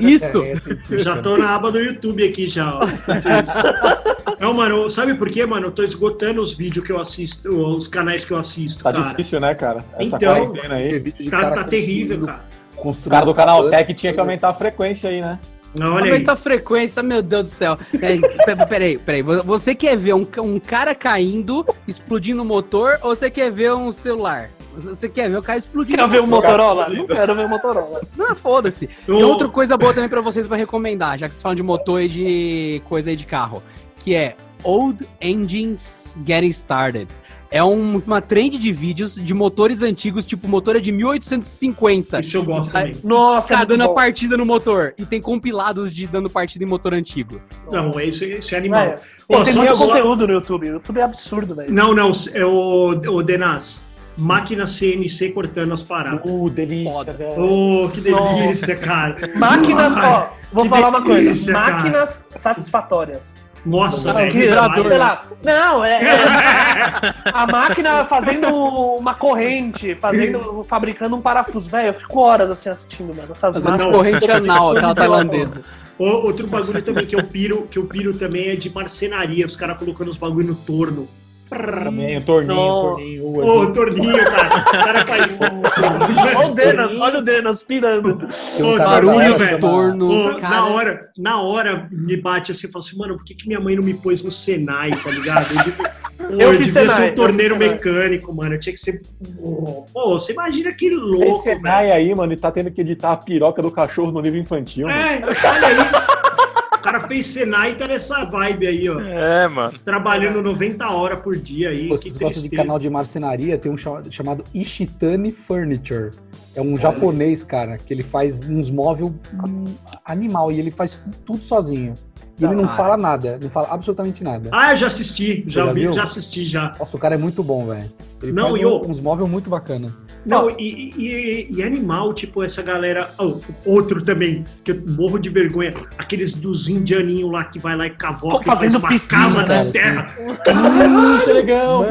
[SPEAKER 6] Isso!
[SPEAKER 2] É, é científica.
[SPEAKER 4] Eu já tô na aba do YouTube aqui já, ó. Enquanto isso. Não, mano, sabe por quê, mano? Eu tô esgotando os vídeos que eu assisto, os canais que eu assisto,
[SPEAKER 1] Tá
[SPEAKER 4] cara.
[SPEAKER 1] difícil, né, cara? Essa
[SPEAKER 4] Então,
[SPEAKER 1] quarentena aí.
[SPEAKER 2] Tem vídeo de
[SPEAKER 4] Tá,
[SPEAKER 2] cara
[SPEAKER 4] tá
[SPEAKER 2] construindo-
[SPEAKER 4] terrível, cara.
[SPEAKER 1] O
[SPEAKER 2] construindo
[SPEAKER 1] cara do canal
[SPEAKER 2] coisa.
[SPEAKER 1] Tech tinha que aumentar a frequência aí, né?
[SPEAKER 4] Não, olha aí.
[SPEAKER 6] Aumenta a frequência, meu Deus do céu. É, pe- peraí, peraí. Vo- Você quer ver um, ca- um cara caindo, explodindo o motor, ou você quer ver um celular? Você- Você quer ver o cara explodindo?
[SPEAKER 5] Quer ver um o
[SPEAKER 6] o
[SPEAKER 5] Motorola? Não quero ver o Motorola.
[SPEAKER 6] Não, foda-se.
[SPEAKER 4] Eu-
[SPEAKER 6] E outra coisa boa também pra vocês pra recomendar, já que vocês falam de motor e de coisa aí de carro, que é Old Engines Getting Started. É um- uma trend de vídeos de motores antigos, tipo motor é de 1850.
[SPEAKER 4] Isso eu gosto
[SPEAKER 6] Tá-
[SPEAKER 4] também.
[SPEAKER 5] Nossa,
[SPEAKER 6] Tá
[SPEAKER 5] é muito
[SPEAKER 6] dando a
[SPEAKER 5] bom.
[SPEAKER 6] partida no motor. E tem compilados de dando partida em motor antigo.
[SPEAKER 4] Não, é isso, isso é animal.
[SPEAKER 5] Velho,
[SPEAKER 4] Pô,
[SPEAKER 5] tem
[SPEAKER 4] só-
[SPEAKER 5] muito
[SPEAKER 4] só-
[SPEAKER 5] conteúdo no YouTube. O YouTube é absurdo, velho.
[SPEAKER 4] Não, não, é o, o Denaz. Máquina CNC cortando as paradas.
[SPEAKER 1] Uh, delícia,
[SPEAKER 6] Foda.
[SPEAKER 1] velho.
[SPEAKER 4] Oh, que delícia, cara.
[SPEAKER 5] Máquinas,
[SPEAKER 4] Ai,
[SPEAKER 5] ó, vou
[SPEAKER 4] que
[SPEAKER 5] falar uma coisa.
[SPEAKER 4] delícia, cara.
[SPEAKER 5] Máquinas satisfatórias.
[SPEAKER 4] Nossa,
[SPEAKER 6] Não,
[SPEAKER 4] velho.
[SPEAKER 6] que vibrador.
[SPEAKER 4] Sei
[SPEAKER 5] Sei
[SPEAKER 4] lá.
[SPEAKER 5] lá. Não, é. é- a máquina fazendo uma corrente, fazendo, fabricando um parafuso. Velho, eu fico horas assim assistindo, mano. Essas
[SPEAKER 4] Não.
[SPEAKER 6] Fazendo
[SPEAKER 5] máquinas.
[SPEAKER 6] corrente anal, aquela tailandesa.
[SPEAKER 4] O- Outro bagulho também que eu piro, que eu piro também é de marcenaria, os caras colocando os bagulho no torno.
[SPEAKER 1] Também, o torninho,
[SPEAKER 5] Não.
[SPEAKER 1] o torninho.
[SPEAKER 4] Ô,
[SPEAKER 2] é
[SPEAKER 1] o assim.
[SPEAKER 4] torninho, cara. O cara faz. um-
[SPEAKER 5] Olha o Denas, olha o Denas pirando.
[SPEAKER 2] Tem um canal
[SPEAKER 4] Ô, barulho,
[SPEAKER 2] da hora
[SPEAKER 6] Barulho,
[SPEAKER 2] que chama-
[SPEAKER 4] velho.
[SPEAKER 6] torno,
[SPEAKER 4] Ô,
[SPEAKER 6] cara.
[SPEAKER 4] na hora, na hora me bate assim, eu falo assim, mano, por que, que minha mãe não me pôs no Senai, tá ligado? Eu, devia-
[SPEAKER 5] Eu
[SPEAKER 4] eu
[SPEAKER 5] fiz
[SPEAKER 4] devia
[SPEAKER 5] Senai,
[SPEAKER 4] ser
[SPEAKER 5] eu
[SPEAKER 4] um torneiro
[SPEAKER 5] fiz Senai.
[SPEAKER 4] mecânico, mano. Eu tinha que ser. Pô, você imagina que
[SPEAKER 1] Esse
[SPEAKER 4] louco, velho.
[SPEAKER 1] Senai aí, mano, e tá tendo que editar a piroca do cachorro no livro infantil. mano.
[SPEAKER 4] É, olha aí. O cara fez Senai e tá nessa vibe aí, ó.
[SPEAKER 3] É, mano.
[SPEAKER 4] Trabalhando 90 horas por dia aí.
[SPEAKER 2] Pô,
[SPEAKER 4] que
[SPEAKER 2] Vocês gostam de
[SPEAKER 4] tristeza.
[SPEAKER 2] canal de marcenaria? Tem um cha- chamado Ishitani Furniture. É um japonês, cara, que ele faz uns móveis animal e ele faz tudo sozinho. E ele não
[SPEAKER 6] Caralho.
[SPEAKER 2] fala nada, não fala absolutamente nada.
[SPEAKER 4] Ah, eu já assisti,
[SPEAKER 2] Você
[SPEAKER 4] já
[SPEAKER 2] já
[SPEAKER 4] vi,
[SPEAKER 2] viu?
[SPEAKER 4] já assisti já.
[SPEAKER 2] Nossa, o cara é muito bom, velho. Ele
[SPEAKER 4] Não,
[SPEAKER 2] faz
[SPEAKER 4] e o-
[SPEAKER 2] um- uns móveis muito bacana.
[SPEAKER 4] Não, e, e- e animal, tipo, essa galera. Oh, outro também, que eu morro de vergonha. Aqueles dos indianinhos lá que vai lá e cavoca
[SPEAKER 5] Ficam fazendo
[SPEAKER 4] e faz uma
[SPEAKER 5] piscina,
[SPEAKER 4] casa
[SPEAKER 2] cara,
[SPEAKER 4] na terra.
[SPEAKER 1] Isso é legal.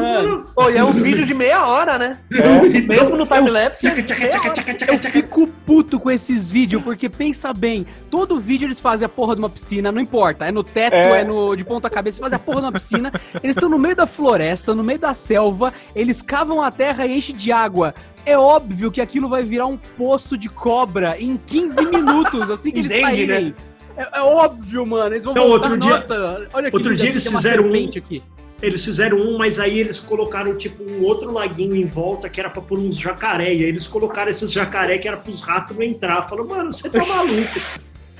[SPEAKER 5] Pô, e é um vídeo de meia hora, né?
[SPEAKER 6] É um
[SPEAKER 5] Mesmo no timelapse.
[SPEAKER 4] Tchaca, tchaca, tchaca, tchaca, tchaca,
[SPEAKER 6] Eu
[SPEAKER 4] tchaca.
[SPEAKER 6] fico puto com esses vídeos, porque pensa bem, todo vídeo eles fazem a porra de uma piscina, não importa, é no teto, é,
[SPEAKER 1] É.
[SPEAKER 6] no de ponta cabeça, eles fazem a porra de uma piscina, eles estão no meio da floresta, no meio da selva, eles cavam a terra e enchem de água. É óbvio que aquilo vai virar um poço de cobra em 15 minutos, assim que eles
[SPEAKER 5] Entende, né?
[SPEAKER 6] saírem. É, é óbvio, mano. Eles vão
[SPEAKER 4] Não, Então, outro dia-
[SPEAKER 6] Nossa, olha que
[SPEAKER 4] outro
[SPEAKER 6] lindo
[SPEAKER 4] dia
[SPEAKER 6] aqui,
[SPEAKER 4] eles
[SPEAKER 6] tem uma
[SPEAKER 4] fizeram um-
[SPEAKER 6] serpente aqui.
[SPEAKER 4] Eles fizeram um, mas aí eles colocaram, tipo, um outro laguinho em volta que era pra pôr uns jacaré. E aí eles colocaram esses jacaré que era pros ratos não entrar. Falou, mano, você tá maluco.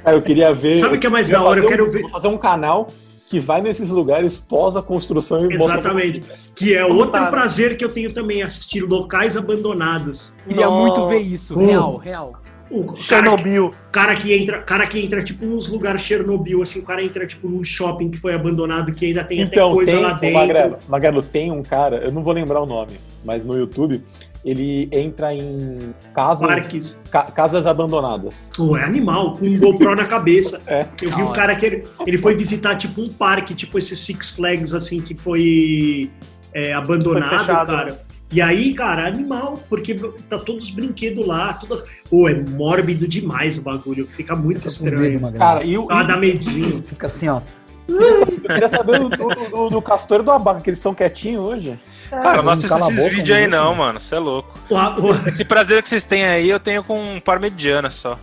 [SPEAKER 1] Cara, eu queria ver.
[SPEAKER 4] Sabe o que é mais
[SPEAKER 1] queria
[SPEAKER 4] da hora? Eu
[SPEAKER 1] fazer um-
[SPEAKER 4] quero ver.
[SPEAKER 1] Vou fazer um canal que vai nesses lugares pós a construção e mostra.
[SPEAKER 4] Exatamente. Que é
[SPEAKER 5] Vamos
[SPEAKER 4] outro
[SPEAKER 5] parar.
[SPEAKER 4] prazer que eu tenho também, assistir locais abandonados.
[SPEAKER 6] Queria
[SPEAKER 5] Nossa.
[SPEAKER 6] muito ver isso,
[SPEAKER 4] Pô.
[SPEAKER 6] real, real.
[SPEAKER 4] O cara,
[SPEAKER 5] Chernobyl.
[SPEAKER 4] cara que entra, cara que entra tipo nos lugares Chernobyl, assim, o cara entra tipo num shopping que foi abandonado que ainda tem
[SPEAKER 1] Então,
[SPEAKER 4] até coisa
[SPEAKER 1] tem,
[SPEAKER 4] lá
[SPEAKER 1] ô,
[SPEAKER 4] dentro.
[SPEAKER 1] Magrelo, Magrelo, tem um cara, eu não vou lembrar o nome, mas no YouTube, ele entra em casas,
[SPEAKER 4] Parques.
[SPEAKER 1] ca- casas abandonadas.
[SPEAKER 4] Pô, é animal, com um GoPro na cabeça.
[SPEAKER 1] É.
[SPEAKER 4] Eu vi
[SPEAKER 6] Da
[SPEAKER 4] um
[SPEAKER 6] hora.
[SPEAKER 4] cara que ele, ele foi visitar tipo um parque, tipo esse Six Flags assim que foi é, abandonado,
[SPEAKER 5] Foi fechado, né?
[SPEAKER 4] cara. E aí, cara, animal, porque tá todos os brinquedos lá, todas. Pô, é mórbido demais o bagulho, fica muito
[SPEAKER 2] Fica com medo,
[SPEAKER 4] estranho.
[SPEAKER 2] Magrão.
[SPEAKER 1] Cara, e o.
[SPEAKER 4] Ah,
[SPEAKER 1] e-
[SPEAKER 4] dá medinho.
[SPEAKER 2] Você fica assim, ó.
[SPEAKER 1] eu queria saber do, do, do- do Castor e do Abaca, que eles estão quietinhos hoje.
[SPEAKER 3] Cara, eu não
[SPEAKER 2] não
[SPEAKER 3] assisto
[SPEAKER 2] cala a
[SPEAKER 3] esses
[SPEAKER 2] boca,
[SPEAKER 3] vídeos aí,
[SPEAKER 2] mano.
[SPEAKER 3] não, mano. Você é louco.
[SPEAKER 4] O, o,
[SPEAKER 3] Esse prazer que vocês têm aí, eu tenho com um par mediana só.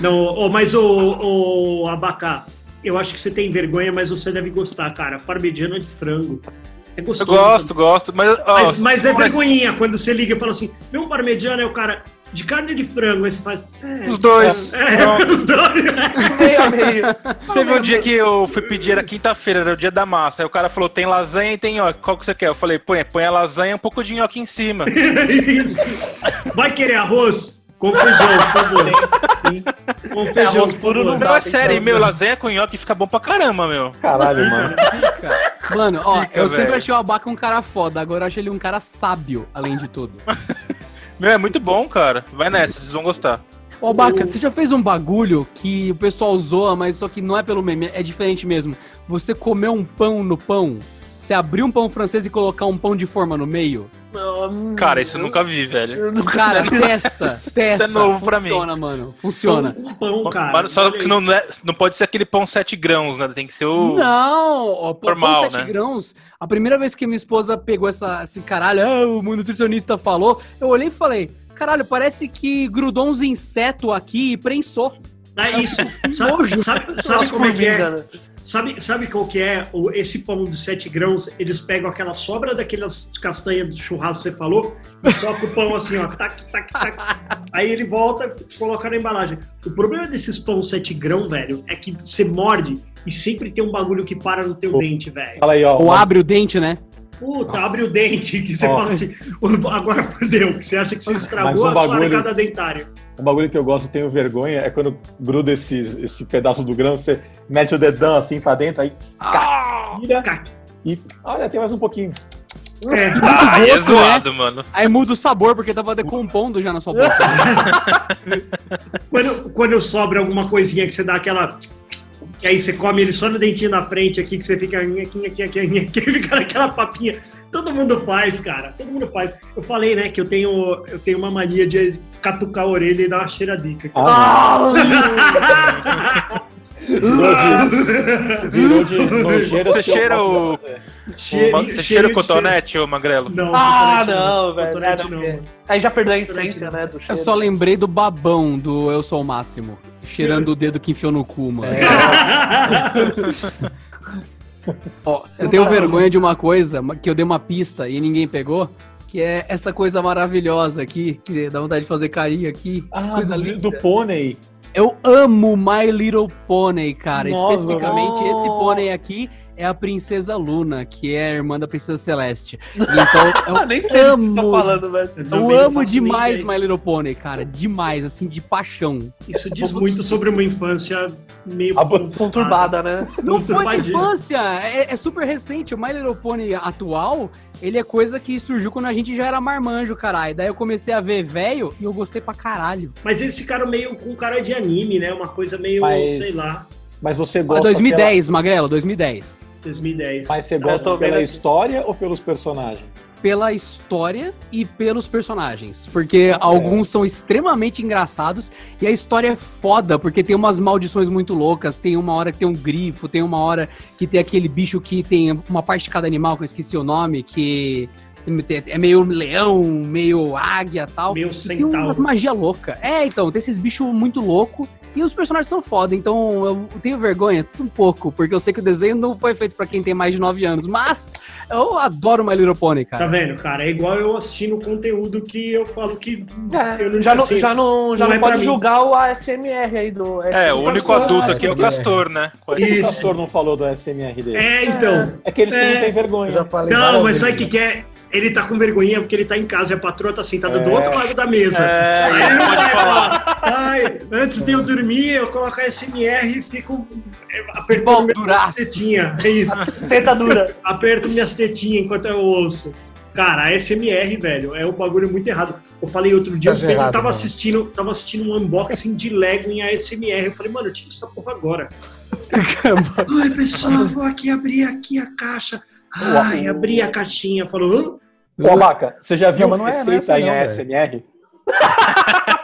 [SPEAKER 4] Não, ô, mas o, Abacá, eu acho que você tem vergonha, mas você deve gostar, cara. Parmegiana de frango. É
[SPEAKER 3] Eu
[SPEAKER 4] gostoso.
[SPEAKER 3] gosto, gosto, mas. ó,
[SPEAKER 4] Mas, mas é
[SPEAKER 3] mas
[SPEAKER 4] vergonhinha quando você liga e fala assim: meu parmegiana é o cara de carne de frango. Aí você faz. É,
[SPEAKER 3] Os dois. Pronto.
[SPEAKER 4] é, os dois.
[SPEAKER 5] Meio a meio.
[SPEAKER 3] Teve um dia que eu fui pedir, era quinta-feira, era o dia da massa. Aí o cara falou: tem lasanha e tem nhoque. Qual que você quer? Eu falei: põe, põe a lasanha e um pouco de nhoque em cima.
[SPEAKER 4] Isso. Vai querer arroz? Com feijão, por favor. Com feijão,
[SPEAKER 5] É, arroz
[SPEAKER 4] por
[SPEAKER 5] puro
[SPEAKER 4] favor.
[SPEAKER 5] não dá.
[SPEAKER 3] Não, é
[SPEAKER 5] tem
[SPEAKER 3] sério,
[SPEAKER 5] que
[SPEAKER 3] meu,
[SPEAKER 5] usar.
[SPEAKER 3] lasanha com nhoque fica bom pra caramba, meu.
[SPEAKER 1] Caralho, mano.
[SPEAKER 6] Mano, ó,
[SPEAKER 3] Fica,
[SPEAKER 6] eu
[SPEAKER 3] velho.
[SPEAKER 6] sempre achei o Abaca um cara foda, agora eu acho ele um cara sábio, além de tudo.
[SPEAKER 3] Meu, é muito bom, cara. Vai nessa, vocês vão gostar.
[SPEAKER 6] Ô, Abaca, você já fez um bagulho que o pessoal zoa, mas só que não é pelo meme, é diferente mesmo. Você comeu um pão no pão, você abrir um pão francês e colocar um pão de forma no meio.
[SPEAKER 4] Hum,
[SPEAKER 3] Cara, isso eu nunca vi, velho.
[SPEAKER 7] Eu nunca
[SPEAKER 6] Cara, testa, testa.
[SPEAKER 3] é novo pra mim.
[SPEAKER 6] Funciona, mano, funciona.
[SPEAKER 4] Com pão, cara.
[SPEAKER 3] Mas só
[SPEAKER 4] Olha
[SPEAKER 3] que
[SPEAKER 4] aí.
[SPEAKER 3] não, é- não pode ser aquele pão sete grãos, né? Tem que ser o.
[SPEAKER 6] Não, ó, pão
[SPEAKER 3] Normal,
[SPEAKER 6] sete
[SPEAKER 3] né?
[SPEAKER 6] grãos. A primeira vez que minha esposa pegou essa, esse caralho, ah, o nutricionista falou, eu olhei e falei, caralho, parece que grudou uns insetos aqui e prensou.
[SPEAKER 4] Dá É isso. Sabe, sabe, sabe como é que é?
[SPEAKER 5] Cara,
[SPEAKER 4] Sabe, sabe qual que é o, esse pão de sete grãos? Eles pegam aquela sobra daquelas castanhas do churrasco que você falou e socam o pão assim, ó, tac, tac, tac. Aí ele volta e coloca na embalagem. O problema desses pão sete grão, velho, é que você morde e sempre tem um bagulho que para no teu dente, velho.
[SPEAKER 1] Fala aí, ó.
[SPEAKER 6] Ou abre o dente, né?
[SPEAKER 4] Puta,
[SPEAKER 6] Nossa.
[SPEAKER 4] abre o dente que você
[SPEAKER 1] Ó.
[SPEAKER 4] fala assim, "Ô, agora fodeu, que você acha que você estragou
[SPEAKER 1] um
[SPEAKER 4] a sua
[SPEAKER 1] bagulho-
[SPEAKER 4] arcada dentária.
[SPEAKER 1] Um bagulho que eu gosto, tenho vergonha, é quando gruda esse, esse pedaço do grão, você mete o dedão assim pra dentro, aí tira
[SPEAKER 4] Cac-
[SPEAKER 1] e. Olha, tem mais um pouquinho.
[SPEAKER 4] É.
[SPEAKER 3] Ah, aí é
[SPEAKER 6] gosto, né?
[SPEAKER 3] zoado, mano.
[SPEAKER 6] Aí muda o sabor, porque tava decompondo já na sua boca.
[SPEAKER 4] Quando, quando sobra alguma coisinha que você dá aquela. E aí você come ele só no dentinho na frente aqui, que você fica. Aqui, aqui, aqui, aqui, aqui, fica naquela papinha. Todo mundo faz, cara. Todo mundo faz. Eu falei, né, que eu tenho, eu tenho uma mania de catucar a orelha e dar uma cheiradica.
[SPEAKER 1] Ah, virou de nojeira.
[SPEAKER 3] Você
[SPEAKER 1] que eu
[SPEAKER 3] cheira
[SPEAKER 1] posso
[SPEAKER 3] o-
[SPEAKER 1] fazer.
[SPEAKER 3] Você cheira o cotonete, ô Magrelo?
[SPEAKER 4] Não,
[SPEAKER 5] Ah,
[SPEAKER 4] cotonete
[SPEAKER 5] não, velho.
[SPEAKER 4] Cotonete
[SPEAKER 5] não,
[SPEAKER 4] não. É
[SPEAKER 5] porque- Aí já perdeu a essência, né? Do
[SPEAKER 6] Eu
[SPEAKER 5] cheiro.
[SPEAKER 6] só lembrei do babão do Eu Sou o Máximo, cheirando o dedo que enfiou no cu, mano. Ó, eu tenho vergonha de uma coisa ma- que eu dei uma pista e ninguém pegou, que é essa coisa maravilhosa aqui, que dá vontade de fazer carinho aqui.
[SPEAKER 1] Ah,
[SPEAKER 6] coisa
[SPEAKER 1] do-
[SPEAKER 6] linda.
[SPEAKER 1] do pônei.
[SPEAKER 6] Eu amo My Little Pony, cara.
[SPEAKER 1] Nossa,
[SPEAKER 6] Especificamente esse pônei aqui é a Princesa Luna, que é a irmã da Princesa Celeste. Então,
[SPEAKER 5] Ah,
[SPEAKER 6] eu
[SPEAKER 5] nem sei o que você tá
[SPEAKER 6] amo.
[SPEAKER 5] falando, velho.
[SPEAKER 4] também
[SPEAKER 6] Eu
[SPEAKER 4] não
[SPEAKER 6] amo
[SPEAKER 4] faço
[SPEAKER 6] demais
[SPEAKER 4] ideia.
[SPEAKER 6] My Little Pony, cara. Demais, assim, de paixão.
[SPEAKER 4] Isso diz muito sobre uma infância meio
[SPEAKER 1] Abo-
[SPEAKER 5] Conturbada, né?
[SPEAKER 6] Não foi da
[SPEAKER 4] Conturbadíssima.
[SPEAKER 6] infância! É, é super recente. O My Little Pony atual, ele é coisa que surgiu quando a gente já era marmanjo, caralho. Daí eu comecei a ver velho e eu gostei pra caralho.
[SPEAKER 4] Mas eles ficaram meio com cara de anime, né? Uma coisa meio,
[SPEAKER 1] Mas-
[SPEAKER 4] sei lá,
[SPEAKER 1] Mas você
[SPEAKER 6] Ah,
[SPEAKER 1] gosta.
[SPEAKER 6] 2010, Magrelo, 2010.
[SPEAKER 4] 2010. Tá
[SPEAKER 1] Pela, mas você
[SPEAKER 5] Eu tô
[SPEAKER 1] gosta
[SPEAKER 5] vendo
[SPEAKER 1] pela
[SPEAKER 5] aqui.
[SPEAKER 1] história ou pelos personagens?
[SPEAKER 6] Pela história e pelos personagens. Porque alguns são extremamente engraçados e a história é foda, porque tem umas maldições muito loucas. Tem uma hora que tem um grifo, tem uma hora que tem aquele bicho que tem uma parte de cada animal, que eu esqueci o nome, que é meio leão, meio águia tal.
[SPEAKER 4] meio
[SPEAKER 6] E Tem umas
[SPEAKER 4] centauro.
[SPEAKER 6] magia louca. É, então, tem esses bichos muito louco e os personagens são foda, então eu tenho vergonha um pouco, porque eu sei que o desenho não foi feito pra quem tem mais de 9 anos, mas eu adoro My Little Pony,
[SPEAKER 4] Tá
[SPEAKER 6] cara.
[SPEAKER 4] vendo, cara? É igual eu assistindo conteúdo que eu falo que. eu
[SPEAKER 5] É, já não,
[SPEAKER 4] assim,
[SPEAKER 5] já não, já
[SPEAKER 4] não
[SPEAKER 5] não,
[SPEAKER 4] é pra
[SPEAKER 5] pode
[SPEAKER 4] mim.
[SPEAKER 5] julgar o ASMR aí do.
[SPEAKER 3] É, o
[SPEAKER 4] Castor,
[SPEAKER 3] único adulto aqui é o
[SPEAKER 2] Guilherme.
[SPEAKER 3] Castor, né? Com
[SPEAKER 1] Por que
[SPEAKER 4] Isso.
[SPEAKER 1] O pastor não falou do SMR dele. É,
[SPEAKER 4] É, então.
[SPEAKER 1] que eles
[SPEAKER 4] É.
[SPEAKER 1] não têm vergonha.
[SPEAKER 2] Eu já falei
[SPEAKER 4] Não,
[SPEAKER 2] várias
[SPEAKER 4] mas
[SPEAKER 2] vezes.
[SPEAKER 4] sabe o que, que é? Ele tá com vergonhinha porque ele tá em casa e a patroa tá sentada do
[SPEAKER 1] É.
[SPEAKER 4] outro lado da mesa.
[SPEAKER 3] É,
[SPEAKER 4] Aí
[SPEAKER 3] ele
[SPEAKER 4] ele
[SPEAKER 3] pode
[SPEAKER 4] vai
[SPEAKER 3] falar.
[SPEAKER 4] falar, Ai, antes de eu dormir, eu coloco a SMR e fico é, apertando minhas
[SPEAKER 6] Balduraço.
[SPEAKER 4] tetinhas. É isso.
[SPEAKER 5] Teta dura.
[SPEAKER 4] Aperto minhas tetinhas enquanto eu ouço. Cara, a SMR, velho, é um bagulho muito errado. Eu falei outro dia,
[SPEAKER 2] Tá
[SPEAKER 4] eu peguei-
[SPEAKER 2] errado,
[SPEAKER 4] tava
[SPEAKER 2] mano.
[SPEAKER 4] assistindo, tava assistindo um unboxing de Lego em ASMR. Eu falei, mano, tira essa porra agora. Ai, pessoal, vou aqui abrir aqui a caixa. Ai, abri a caixinha. Falou, "Hã?
[SPEAKER 1] Ô, Abaca, você já viu
[SPEAKER 2] Não, mas não é
[SPEAKER 1] receita
[SPEAKER 2] nessa
[SPEAKER 1] em
[SPEAKER 2] não, velho.
[SPEAKER 1] ASMR?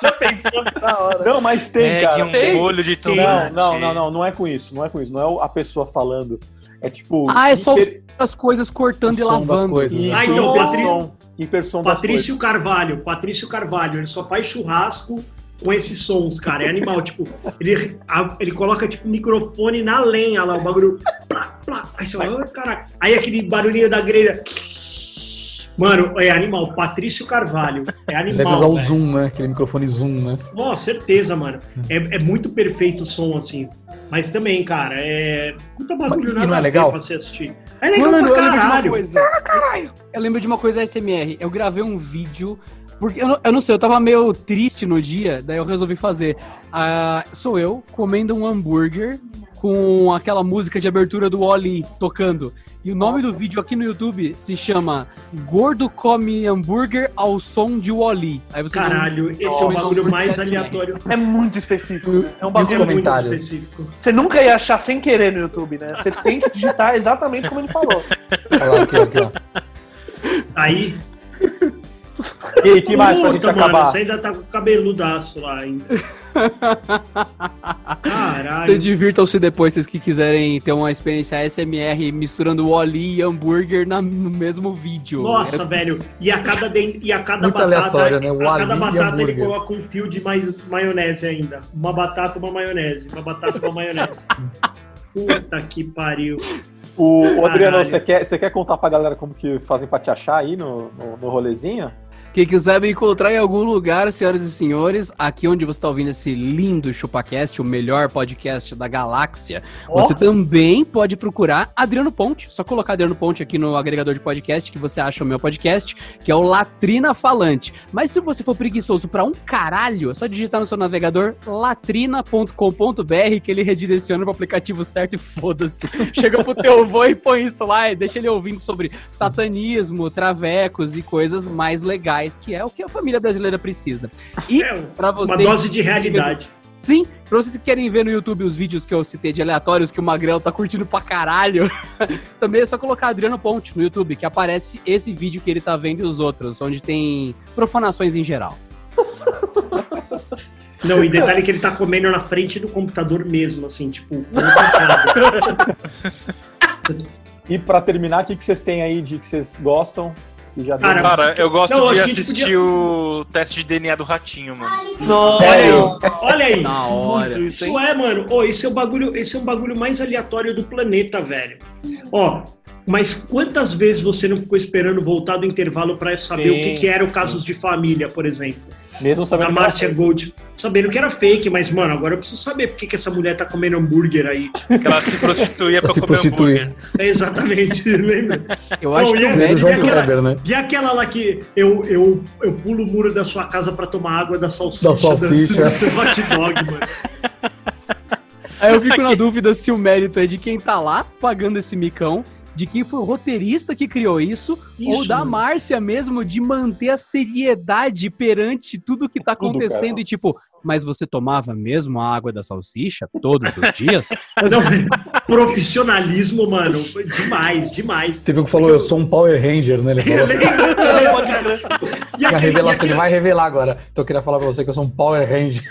[SPEAKER 5] Já pensou que da hora.
[SPEAKER 1] Não, mas tem,
[SPEAKER 3] Pegue
[SPEAKER 1] cara.
[SPEAKER 3] um
[SPEAKER 5] Tem.
[SPEAKER 3] molho de
[SPEAKER 4] Tem.
[SPEAKER 3] tomate.
[SPEAKER 1] Não, não, não, não, não é com isso, não é com isso. Não é a pessoa falando. É tipo.
[SPEAKER 6] Ah, é só os-
[SPEAKER 1] hiper-
[SPEAKER 6] as coisas cortando e
[SPEAKER 2] O som das
[SPEAKER 6] lavando.
[SPEAKER 2] coisas, né?
[SPEAKER 4] Ah, então,
[SPEAKER 1] hipersom, hipersom das
[SPEAKER 4] Patrício Carvalho, Patrício Carvalho, ele só faz churrasco com esses sons, cara. É animal, tipo, ele, a- ele coloca tipo um microfone na lenha lá, o bagulho. Plá, plá. Aí você fala, "Ah, caraca. Aí aquele barulhinho da grelha. Mano, é animal. Patrício Carvalho. É
[SPEAKER 2] Deve
[SPEAKER 4] animal.
[SPEAKER 2] usar o
[SPEAKER 4] velho.
[SPEAKER 2] zoom, né? Aquele microfone zoom, né?
[SPEAKER 4] Ó, certeza, mano. É, é muito perfeito o som, assim. Mas também, cara, é. Puta bagulho,
[SPEAKER 2] E
[SPEAKER 4] nada
[SPEAKER 2] não é
[SPEAKER 4] a ver
[SPEAKER 2] legal?
[SPEAKER 4] pra você assistir. É legal
[SPEAKER 6] Mano, eu
[SPEAKER 4] pra
[SPEAKER 6] lembro de uma
[SPEAKER 4] caralho.
[SPEAKER 6] coisa. Eu lembro de uma coisa ASMR. Eu gravei um vídeo. Porque eu não, eu não sei, eu tava meio triste no dia, daí eu resolvi fazer. Ah, sou eu comendo um hambúrguer com aquela música de abertura do Oli tocando. E o nome do vídeo aqui no YouTube se chama Gordo Come Hambúrguer ao Som de Oli. Aí vocês vão-
[SPEAKER 4] Caralho, esse é o
[SPEAKER 6] Nossa,
[SPEAKER 4] bagulho
[SPEAKER 6] muito
[SPEAKER 4] mais
[SPEAKER 6] péssimo,
[SPEAKER 4] aleatório.
[SPEAKER 5] É muito específico. né? É um
[SPEAKER 2] E os
[SPEAKER 5] bagulho muito.
[SPEAKER 2] comentários?
[SPEAKER 4] específico.
[SPEAKER 5] Você nunca ia achar sem querer no YouTube, né? Você tem que digitar exatamente como ele falou.
[SPEAKER 2] Olha lá, aqui, aqui, ó.
[SPEAKER 4] Aí,
[SPEAKER 1] E que mais pra gente
[SPEAKER 4] mano,
[SPEAKER 1] acabar?
[SPEAKER 4] você ainda tá com o cabeludaço lá ainda.
[SPEAKER 6] Então
[SPEAKER 4] Caralho.
[SPEAKER 6] divirtam-se depois, vocês que quiserem ter uma experiência SMR misturando Oli e hambúrguer na- no mesmo vídeo.
[SPEAKER 4] Nossa, velho. E a cada, den- e a cada
[SPEAKER 2] Muito
[SPEAKER 4] batata.
[SPEAKER 2] aleatório, né? O
[SPEAKER 4] A cada
[SPEAKER 2] alho e
[SPEAKER 4] batata ele
[SPEAKER 2] hambúrguer.
[SPEAKER 4] coloca um fio de mais, maionese ainda. Uma batata, uma maionese. Uma batata, uma maionese. Puta que pariu.
[SPEAKER 1] O, o Adriano,
[SPEAKER 4] Caralho.
[SPEAKER 1] você quer, você quer contar pra galera como que fazem pra te achar aí no, no, no rolezinho?
[SPEAKER 6] Quem quiser me encontrar em algum lugar, senhoras e senhores, aqui onde você está ouvindo esse lindo ChupaCast, o melhor podcast da galáxia,
[SPEAKER 5] Ó.
[SPEAKER 6] você também pode procurar Adriano Ponte. Só colocar Adriano Ponte aqui no agregador de podcast que você acha o meu podcast, que é o Latrina Falante. Mas se você for preguiçoso pra um caralho, é só digitar no seu navegador latrina.com.br que ele redireciona pro aplicativo certo e foda-se. Chega pro teu avô e põe isso lá e deixa ele ouvindo sobre satanismo, travecos e coisas mais legais, que é o que a família brasileira precisa. E
[SPEAKER 4] É
[SPEAKER 6] pra
[SPEAKER 4] uma
[SPEAKER 6] vocês
[SPEAKER 4] dose de realidade.
[SPEAKER 6] Sim, pra vocês que querem ver no YouTube os vídeos que eu citei de aleatórios que o Magrão tá curtindo pra caralho, também é só colocar Adriano Ponte no YouTube, que aparece esse vídeo que ele tá vendo e os outros, onde tem profanações em geral.
[SPEAKER 4] Não, e detalhe que ele tá comendo na frente do computador mesmo, assim, tipo, ano passado.
[SPEAKER 1] E pra terminar, o que, que vocês têm aí de que vocês gostam? Que já deu-
[SPEAKER 4] Cara,
[SPEAKER 3] Cara, eu gosto de
[SPEAKER 4] Não, acho que a gente
[SPEAKER 3] assistir
[SPEAKER 4] podia-
[SPEAKER 3] o teste de DNA do ratinho, mano.
[SPEAKER 5] Não,
[SPEAKER 4] Olha aí.
[SPEAKER 6] Da hora.
[SPEAKER 4] Muito, Isso é, mano. Ô, esse é o bagulho, esse é o bagulho mais aleatório do planeta, velho. Ó, mas quantas vezes você não ficou esperando voltar do intervalo pra
[SPEAKER 1] Sim.
[SPEAKER 4] saber o que, que era o Casos de Família, por exemplo?
[SPEAKER 1] mesmo sabendo
[SPEAKER 4] da
[SPEAKER 1] que-
[SPEAKER 4] Márcia Gold. Sabendo que era fake, mas, mano, agora eu preciso saber por que, que essa mulher tá comendo hambúrguer aí. tipo.
[SPEAKER 3] Que ela se prostituía pra
[SPEAKER 2] se
[SPEAKER 3] comer
[SPEAKER 2] prostituir.
[SPEAKER 3] hambúrguer.
[SPEAKER 4] É exatamente, lembra?
[SPEAKER 6] Eu acho
[SPEAKER 4] Bom,
[SPEAKER 6] que
[SPEAKER 4] e
[SPEAKER 6] o
[SPEAKER 4] aí,
[SPEAKER 2] Lembra
[SPEAKER 6] velho
[SPEAKER 2] do
[SPEAKER 4] e
[SPEAKER 2] João
[SPEAKER 4] aquela-
[SPEAKER 2] Kleber, né?
[SPEAKER 4] E aquela lá que eu, eu, eu pulo o muro da sua casa pra tomar água da salsicha,
[SPEAKER 2] Da salsicha.
[SPEAKER 4] do seu hot dog, mano.
[SPEAKER 6] Aí eu fico na dúvida se o mérito é de quem tá lá pagando esse micão, de quem foi o roteirista que criou isso, ou
[SPEAKER 4] Isso,
[SPEAKER 6] da
[SPEAKER 4] mano.
[SPEAKER 6] Márcia mesmo de manter a seriedade perante tudo que tá
[SPEAKER 1] Tudo,
[SPEAKER 6] acontecendo
[SPEAKER 1] cara.
[SPEAKER 6] e tipo, mas você tomava mesmo a água da salsicha todos os dias?
[SPEAKER 4] Não, profissionalismo, mano, foi demais, demais.
[SPEAKER 2] Teve um que falou, eu sou um Power Ranger, né? Ele falou.
[SPEAKER 4] E
[SPEAKER 2] E a
[SPEAKER 4] aquele-
[SPEAKER 2] revelação,
[SPEAKER 4] e
[SPEAKER 2] ele
[SPEAKER 4] aquele-
[SPEAKER 2] vai revelar agora. Então eu queria falar pra você que eu sou um Power Ranger.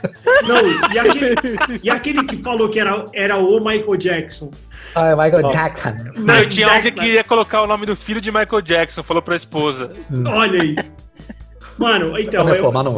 [SPEAKER 4] Não, e aquele, e aquele que falou que era, era o Michael Jackson.
[SPEAKER 2] Ah, é Michael
[SPEAKER 1] Nossa.
[SPEAKER 2] Jackson.
[SPEAKER 3] Não, eu tinha
[SPEAKER 4] Michael
[SPEAKER 3] alguém que ia colocar o nome do filho de Michael Jackson, falou pra esposa.
[SPEAKER 4] Olha aí. Mano, então,
[SPEAKER 2] Quando ele falou,
[SPEAKER 4] eu,
[SPEAKER 2] mas é não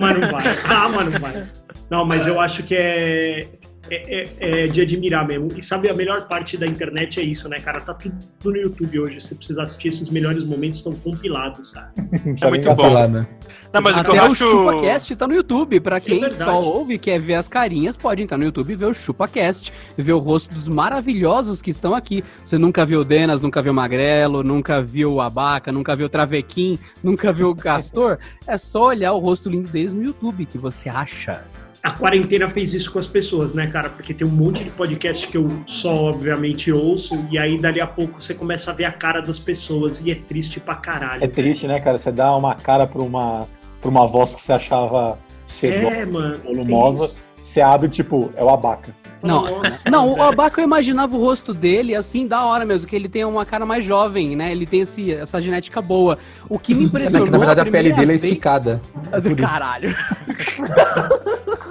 [SPEAKER 2] vai.
[SPEAKER 4] mano, vai. Ah, mano, vai. Não, mas eu acho que é, é, é- é de admirar mesmo. E sabe, a melhor parte da internet é isso, né, cara? Tá tudo no YouTube hoje. Você precisa assistir esses melhores momentos, estão compilados, cara.
[SPEAKER 1] Não precisa nem
[SPEAKER 3] É Tá muito
[SPEAKER 1] gastar.
[SPEAKER 3] bom.
[SPEAKER 2] Lá, né?
[SPEAKER 3] Não, mas o que
[SPEAKER 6] Até
[SPEAKER 3] eu
[SPEAKER 6] o
[SPEAKER 3] acho.
[SPEAKER 6] ChupaCast tá no YouTube. Pra quem
[SPEAKER 4] verdade.
[SPEAKER 6] só ouve e quer ver as carinhas, pode entrar no YouTube e ver o ChupaCast, ver o rosto dos maravilhosos que estão aqui. Você nunca viu o Denas, nunca viu o Magrelo, nunca viu o Abaca, nunca viu o Travequim, nunca viu o Castor. é só olhar o rosto lindo deles no YouTube que você acha.
[SPEAKER 4] a quarentena fez isso com as pessoas, né, cara? Porque tem um monte de podcast que eu só, obviamente, ouço, e aí dali a pouco você começa a ver a cara das pessoas e é triste pra caralho.
[SPEAKER 1] É triste, né, cara? Você dá uma cara pra uma, pra uma voz que você achava sedosa,
[SPEAKER 4] É, mano.
[SPEAKER 1] volumosa.
[SPEAKER 4] tem isso.
[SPEAKER 1] Você abre, tipo, é o abaca.
[SPEAKER 6] Não,
[SPEAKER 4] Nossa,
[SPEAKER 6] Não, o
[SPEAKER 4] velho.
[SPEAKER 6] Abaca eu imaginava o rosto dele assim, da hora mesmo, que ele tem uma cara mais jovem, né? Ele tem esse, essa genética boa. O que me
[SPEAKER 2] É
[SPEAKER 6] impressionou.
[SPEAKER 2] que, na verdade, a pele
[SPEAKER 6] primeira
[SPEAKER 2] dele é
[SPEAKER 6] vez-
[SPEAKER 2] esticada.
[SPEAKER 6] Do caralho.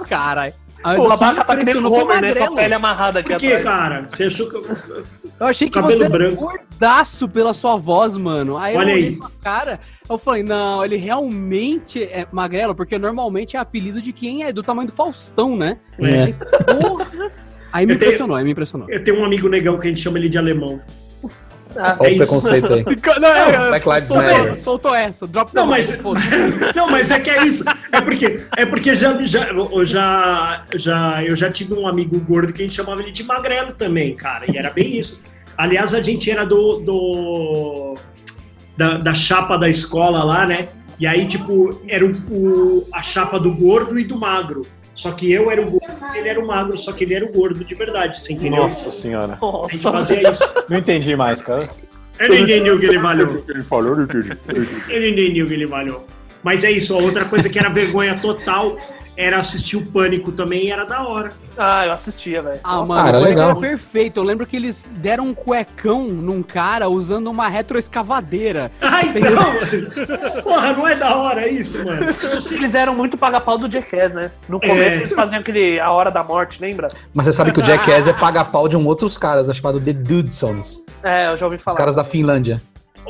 [SPEAKER 6] caralho. Mas
[SPEAKER 5] o
[SPEAKER 6] o que
[SPEAKER 5] Abaca tá que nem
[SPEAKER 6] impressionou
[SPEAKER 5] o
[SPEAKER 6] foi o
[SPEAKER 5] Homer, né? Com a
[SPEAKER 6] magrelo.
[SPEAKER 5] pele amarrada aqui
[SPEAKER 4] Por que,
[SPEAKER 5] atrás.
[SPEAKER 4] cara? Você achou que eu...
[SPEAKER 6] Eu achei que
[SPEAKER 4] é Cabelo
[SPEAKER 6] você era
[SPEAKER 4] branco.
[SPEAKER 6] gordaço pela sua voz, mano. Aí
[SPEAKER 4] Olha
[SPEAKER 6] eu olhei
[SPEAKER 4] aí.
[SPEAKER 6] sua cara, eu falei, não, ele realmente é magrelo, porque normalmente é apelido de quem é do tamanho do Faustão, né?
[SPEAKER 4] É.
[SPEAKER 6] Aí, porra. Aí me
[SPEAKER 4] Eu tenho-
[SPEAKER 6] impressionou, aí me impressionou.
[SPEAKER 4] eu tenho um amigo negão que a gente chama ele de alemão. É
[SPEAKER 5] Ah,
[SPEAKER 2] Olha o
[SPEAKER 4] isso.
[SPEAKER 2] preconceito aí.
[SPEAKER 6] Não, é, é,
[SPEAKER 2] Black Lives
[SPEAKER 6] soltou,
[SPEAKER 2] Matter.
[SPEAKER 6] soltou essa, drop the
[SPEAKER 4] Não,
[SPEAKER 6] mic,
[SPEAKER 4] mas-
[SPEAKER 6] foda-se.
[SPEAKER 4] Não, mas é que é isso. É porque, é porque já, já, eu já, já, eu já tive um amigo gordo que a gente chamava ele de magrelo também, cara. E era bem isso. Aliás, a gente era do. do da, da chapa da escola lá, né? E aí, tipo, era o, o- a chapa do gordo e do magro. Só que eu era o gordo, ele era o magro, só que ele era o gordo de verdade, você entendeu?
[SPEAKER 1] Nossa senhora.
[SPEAKER 4] A gente
[SPEAKER 5] Nossa,
[SPEAKER 4] fazia isso.
[SPEAKER 1] Não entendi mais, cara.
[SPEAKER 4] Ele entendeu o que ele valeu.
[SPEAKER 1] Ele falou, não entendi.
[SPEAKER 4] Ele entendeu o que ele valeu. Mas é isso, a outra coisa que era vergonha total era assistir o Pânico também e era da hora.
[SPEAKER 5] ah, eu assistia, velho.
[SPEAKER 6] Ah, mano,
[SPEAKER 4] é
[SPEAKER 2] cara,
[SPEAKER 6] o Pânico
[SPEAKER 2] legal.
[SPEAKER 6] era perfeito. Eu lembro que eles deram um cuecão num cara usando uma retroescavadeira.
[SPEAKER 4] Ah, então! Porra, não é da hora isso, mano?
[SPEAKER 5] Eles eram muito paga-pau do Jackass, né? No começo
[SPEAKER 4] É.
[SPEAKER 5] eles faziam aquele A Hora da Morte, lembra?
[SPEAKER 2] Mas você sabe que o Jackass é paga-pau de um outros caras, é chamado The Dudesons.
[SPEAKER 5] É, eu já ouvi
[SPEAKER 2] Os
[SPEAKER 5] falar.
[SPEAKER 2] caras da Finlândia.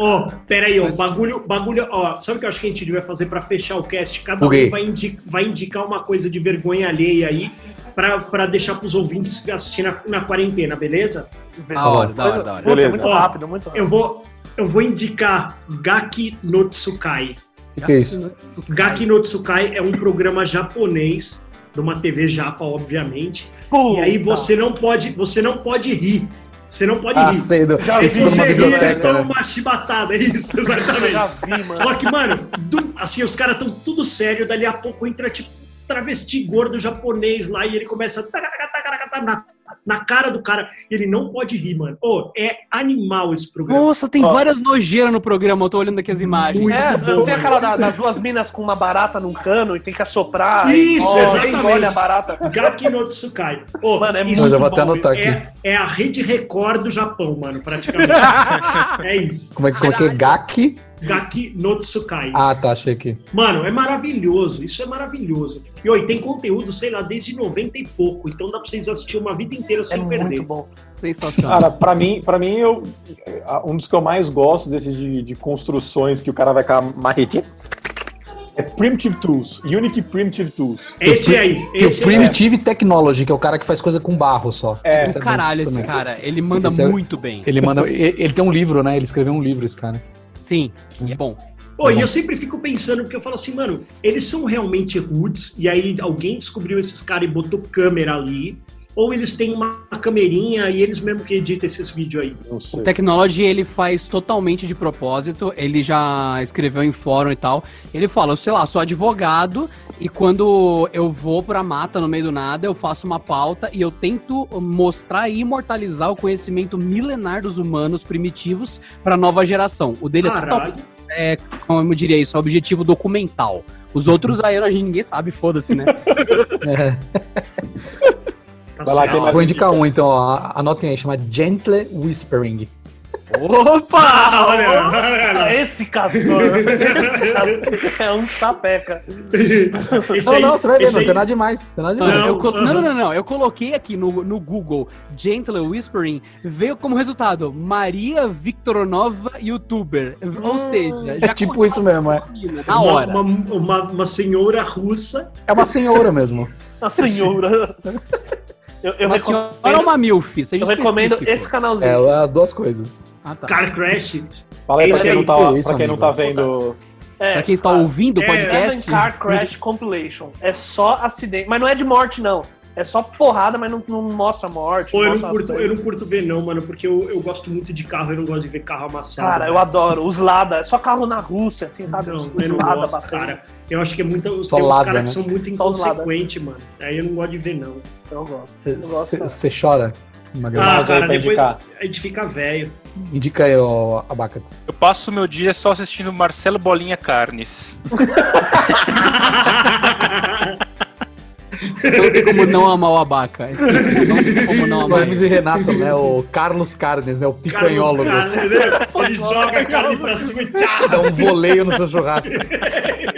[SPEAKER 4] Ó, peraí, ó, bagulho, bagulho, ó, sabe o que eu acho que a gente devia fazer pra fechar o cast? Cada
[SPEAKER 2] O quê?
[SPEAKER 4] um vai, indi- vai indicar uma coisa de vergonha alheia aí pra, pra deixar pros ouvintes assistir na, na quarentena, beleza?
[SPEAKER 6] Da hora, da hora, da hora.
[SPEAKER 5] Putz, é
[SPEAKER 1] Beleza.
[SPEAKER 5] muito rápido, muito rápido.
[SPEAKER 4] Eu vou, eu vou indicar Gaki no Tsukai.
[SPEAKER 2] O que, que é isso?
[SPEAKER 4] Gaki no Tsukai é um programa japonês, de uma TV japa, obviamente. E aí você não pode, você não pode rir. Você não pode
[SPEAKER 2] Ah,
[SPEAKER 4] rir.
[SPEAKER 2] sei, do,
[SPEAKER 5] Já
[SPEAKER 4] Aí
[SPEAKER 2] esse
[SPEAKER 4] se
[SPEAKER 2] foi
[SPEAKER 5] vi,
[SPEAKER 2] uma
[SPEAKER 4] você rir, eles
[SPEAKER 2] biblioteca,
[SPEAKER 4] tomam
[SPEAKER 2] né?
[SPEAKER 4] uma chibatada, é isso,
[SPEAKER 5] Eu já
[SPEAKER 4] exatamente.
[SPEAKER 5] vi, mano.
[SPEAKER 4] Só que, mano, do- assim, os caras estão tudo sério, dali a pouco entra, tipo, um travesti gordo japonês lá e ele começa tacaraca, tacaraca, na, na cara do cara. Ele não pode rir, mano. Ô, é animal esse programa.
[SPEAKER 6] Nossa, tem várias nojeiras no programa, eu tô olhando aqui as imagens.
[SPEAKER 4] Muito
[SPEAKER 5] É,
[SPEAKER 4] bom, né?
[SPEAKER 5] tem
[SPEAKER 4] mano.
[SPEAKER 5] aquela da- das duas minas com uma barata num cano e tem que assoprar.
[SPEAKER 4] Isso,
[SPEAKER 5] aí, engole,
[SPEAKER 4] exatamente.
[SPEAKER 5] Engole a barata.
[SPEAKER 4] Gaki no Tsukai. Ô,
[SPEAKER 5] Mano, é
[SPEAKER 4] isso
[SPEAKER 2] Eu já vou até
[SPEAKER 4] bom,
[SPEAKER 2] anotar
[SPEAKER 4] é-
[SPEAKER 2] aqui.
[SPEAKER 4] É, a rede Record do Japão, mano, praticamente. é isso.
[SPEAKER 2] Como é que como é que é? Gaki?
[SPEAKER 4] Gaki no Tsukai.
[SPEAKER 2] Ah, tá, achei aqui.
[SPEAKER 4] Mano, é maravilhoso, isso é maravilhoso. E oi, tem conteúdo, sei lá, desde 90 e pouco, então dá pra vocês assistir uma vida inteira
[SPEAKER 5] É
[SPEAKER 4] sem perder.
[SPEAKER 5] muito bom.
[SPEAKER 6] Sensacional.
[SPEAKER 1] Cara, pra mim, pra mim eu, um dos que eu mais gosto desses de, de construções que o cara vai com a marretinha é Primitive Tools, Unique Primitive Tools.
[SPEAKER 4] É Esse aí,
[SPEAKER 2] Que
[SPEAKER 4] esse
[SPEAKER 2] o Primitive Technology, que é o cara que faz coisa com barro só.
[SPEAKER 1] É.
[SPEAKER 2] Esse
[SPEAKER 6] Do
[SPEAKER 2] bom
[SPEAKER 6] caralho esse
[SPEAKER 2] também.
[SPEAKER 6] cara, ele manda
[SPEAKER 2] Esse é-
[SPEAKER 6] muito bem.
[SPEAKER 2] Ele manda. e- Ele tem um livro, né? Ele escreveu um livro, esse cara.
[SPEAKER 6] Sim, e é bom.
[SPEAKER 4] Pô, e eu sempre fico pensando, porque eu falo assim, mano, eles são realmente roots, e aí alguém descobriu esses caras e botou câmera ali, ou eles têm uma camerinha e eles mesmo que editam esses vídeos aí.
[SPEAKER 1] Não sei.
[SPEAKER 6] O Technology ele faz totalmente de propósito, ele já escreveu em fórum e tal. Ele fala, sei lá, sou advogado e quando eu vou pra mata no meio do nada, eu faço uma pauta e eu tento mostrar e imortalizar o conhecimento milenar dos humanos primitivos pra nova geração. O dele é total,
[SPEAKER 4] Caralho.
[SPEAKER 6] como eu diria isso, é objetivo documental. Os outros aí a gente ninguém sabe, foda-se, né?
[SPEAKER 4] tá
[SPEAKER 1] Vai lá,
[SPEAKER 4] certo.
[SPEAKER 1] tem mais
[SPEAKER 2] Vou indicar um, então, ó. Anotem aí, chama Gentle Whispering.
[SPEAKER 4] Ah,
[SPEAKER 5] Opa!
[SPEAKER 4] olha, olha lá.
[SPEAKER 5] Esse castor. é um sapeca.
[SPEAKER 4] Esse
[SPEAKER 2] Não,
[SPEAKER 4] aí-
[SPEAKER 2] não, você vai ver,
[SPEAKER 4] esse
[SPEAKER 2] não
[SPEAKER 4] aí-
[SPEAKER 2] tem nada demais. Tem nada demais.
[SPEAKER 6] Não, eu co-
[SPEAKER 4] aham.
[SPEAKER 6] não, não, não, não. Eu coloquei aqui no, no Google Gentle Whispering, veio como resultado Maria Victoronova Youtuber. Ou
[SPEAKER 5] Hum.
[SPEAKER 6] seja,
[SPEAKER 2] é tipo isso mesmo, é.
[SPEAKER 6] é. Na
[SPEAKER 4] uma-
[SPEAKER 6] hora.
[SPEAKER 4] Uma, uma- uma senhora russa.
[SPEAKER 2] É uma senhora mesmo.
[SPEAKER 5] A senhora. Eu, eu
[SPEAKER 6] Mas
[SPEAKER 5] recomendo,
[SPEAKER 6] senhora é uma MILF, seja
[SPEAKER 5] eu recomendo
[SPEAKER 6] específico.
[SPEAKER 5] esse canalzinho.
[SPEAKER 2] É, as duas coisas.
[SPEAKER 6] Ah, tá.
[SPEAKER 4] Car Crash.
[SPEAKER 1] Fala aí pra
[SPEAKER 4] Esse
[SPEAKER 1] quem
[SPEAKER 4] aí,
[SPEAKER 1] não tá,
[SPEAKER 2] que isso,
[SPEAKER 1] pra quem não
[SPEAKER 2] amigo?
[SPEAKER 1] tá vendo.
[SPEAKER 5] É,
[SPEAKER 6] Pra quem está
[SPEAKER 5] a-
[SPEAKER 6] ouvindo o
[SPEAKER 4] é,
[SPEAKER 5] Seven
[SPEAKER 6] podcast,
[SPEAKER 5] Car Crash Compilation. É só acidente. Mas não é de morte, não. É só porrada, mas não, não mostra morte.
[SPEAKER 4] Pô, eu não,
[SPEAKER 5] mostra
[SPEAKER 4] curto,
[SPEAKER 5] acidente.
[SPEAKER 4] eu não curto ver, não, mano, porque eu, eu gosto muito de carro, eu não gosto de ver carro amassado.
[SPEAKER 5] Cara, eu adoro. Os Lada. É só carro na Rússia, assim, sabe?
[SPEAKER 4] Não,
[SPEAKER 5] Os
[SPEAKER 4] eu não
[SPEAKER 5] Lada
[SPEAKER 4] gosto,
[SPEAKER 5] bacana.
[SPEAKER 4] cara. Eu acho que é muito. Os,
[SPEAKER 2] Só
[SPEAKER 4] tem uns
[SPEAKER 2] lada,
[SPEAKER 4] caras
[SPEAKER 2] né?
[SPEAKER 4] que são muito
[SPEAKER 5] Só os lada.
[SPEAKER 4] inconsequentes, mano. Aí eu não gosto de ver, não.
[SPEAKER 5] Eu gosto. Eu gosto, cara.
[SPEAKER 2] Você chora? Magrão?
[SPEAKER 4] Ah,
[SPEAKER 1] mais aí
[SPEAKER 4] cara,
[SPEAKER 1] pra
[SPEAKER 4] depois-
[SPEAKER 1] indicar.
[SPEAKER 4] A gente fica velho.
[SPEAKER 2] Indica aí, ó, Abacates.
[SPEAKER 3] Eu passo o meu dia só assistindo Marcelo Bolinha Carnes.
[SPEAKER 6] não tem como não amar o abaca. É simples, não tem como não
[SPEAKER 2] O
[SPEAKER 6] amar
[SPEAKER 2] Hermes
[SPEAKER 6] ele.
[SPEAKER 2] e Renato, né? O Carlos Carnes, né? O
[SPEAKER 4] Cara, os
[SPEAKER 2] picanhólogo.
[SPEAKER 4] caras, entendeu? Ele joga a carne pra cima e tchá!
[SPEAKER 2] Dá um voleio no seu churrasco.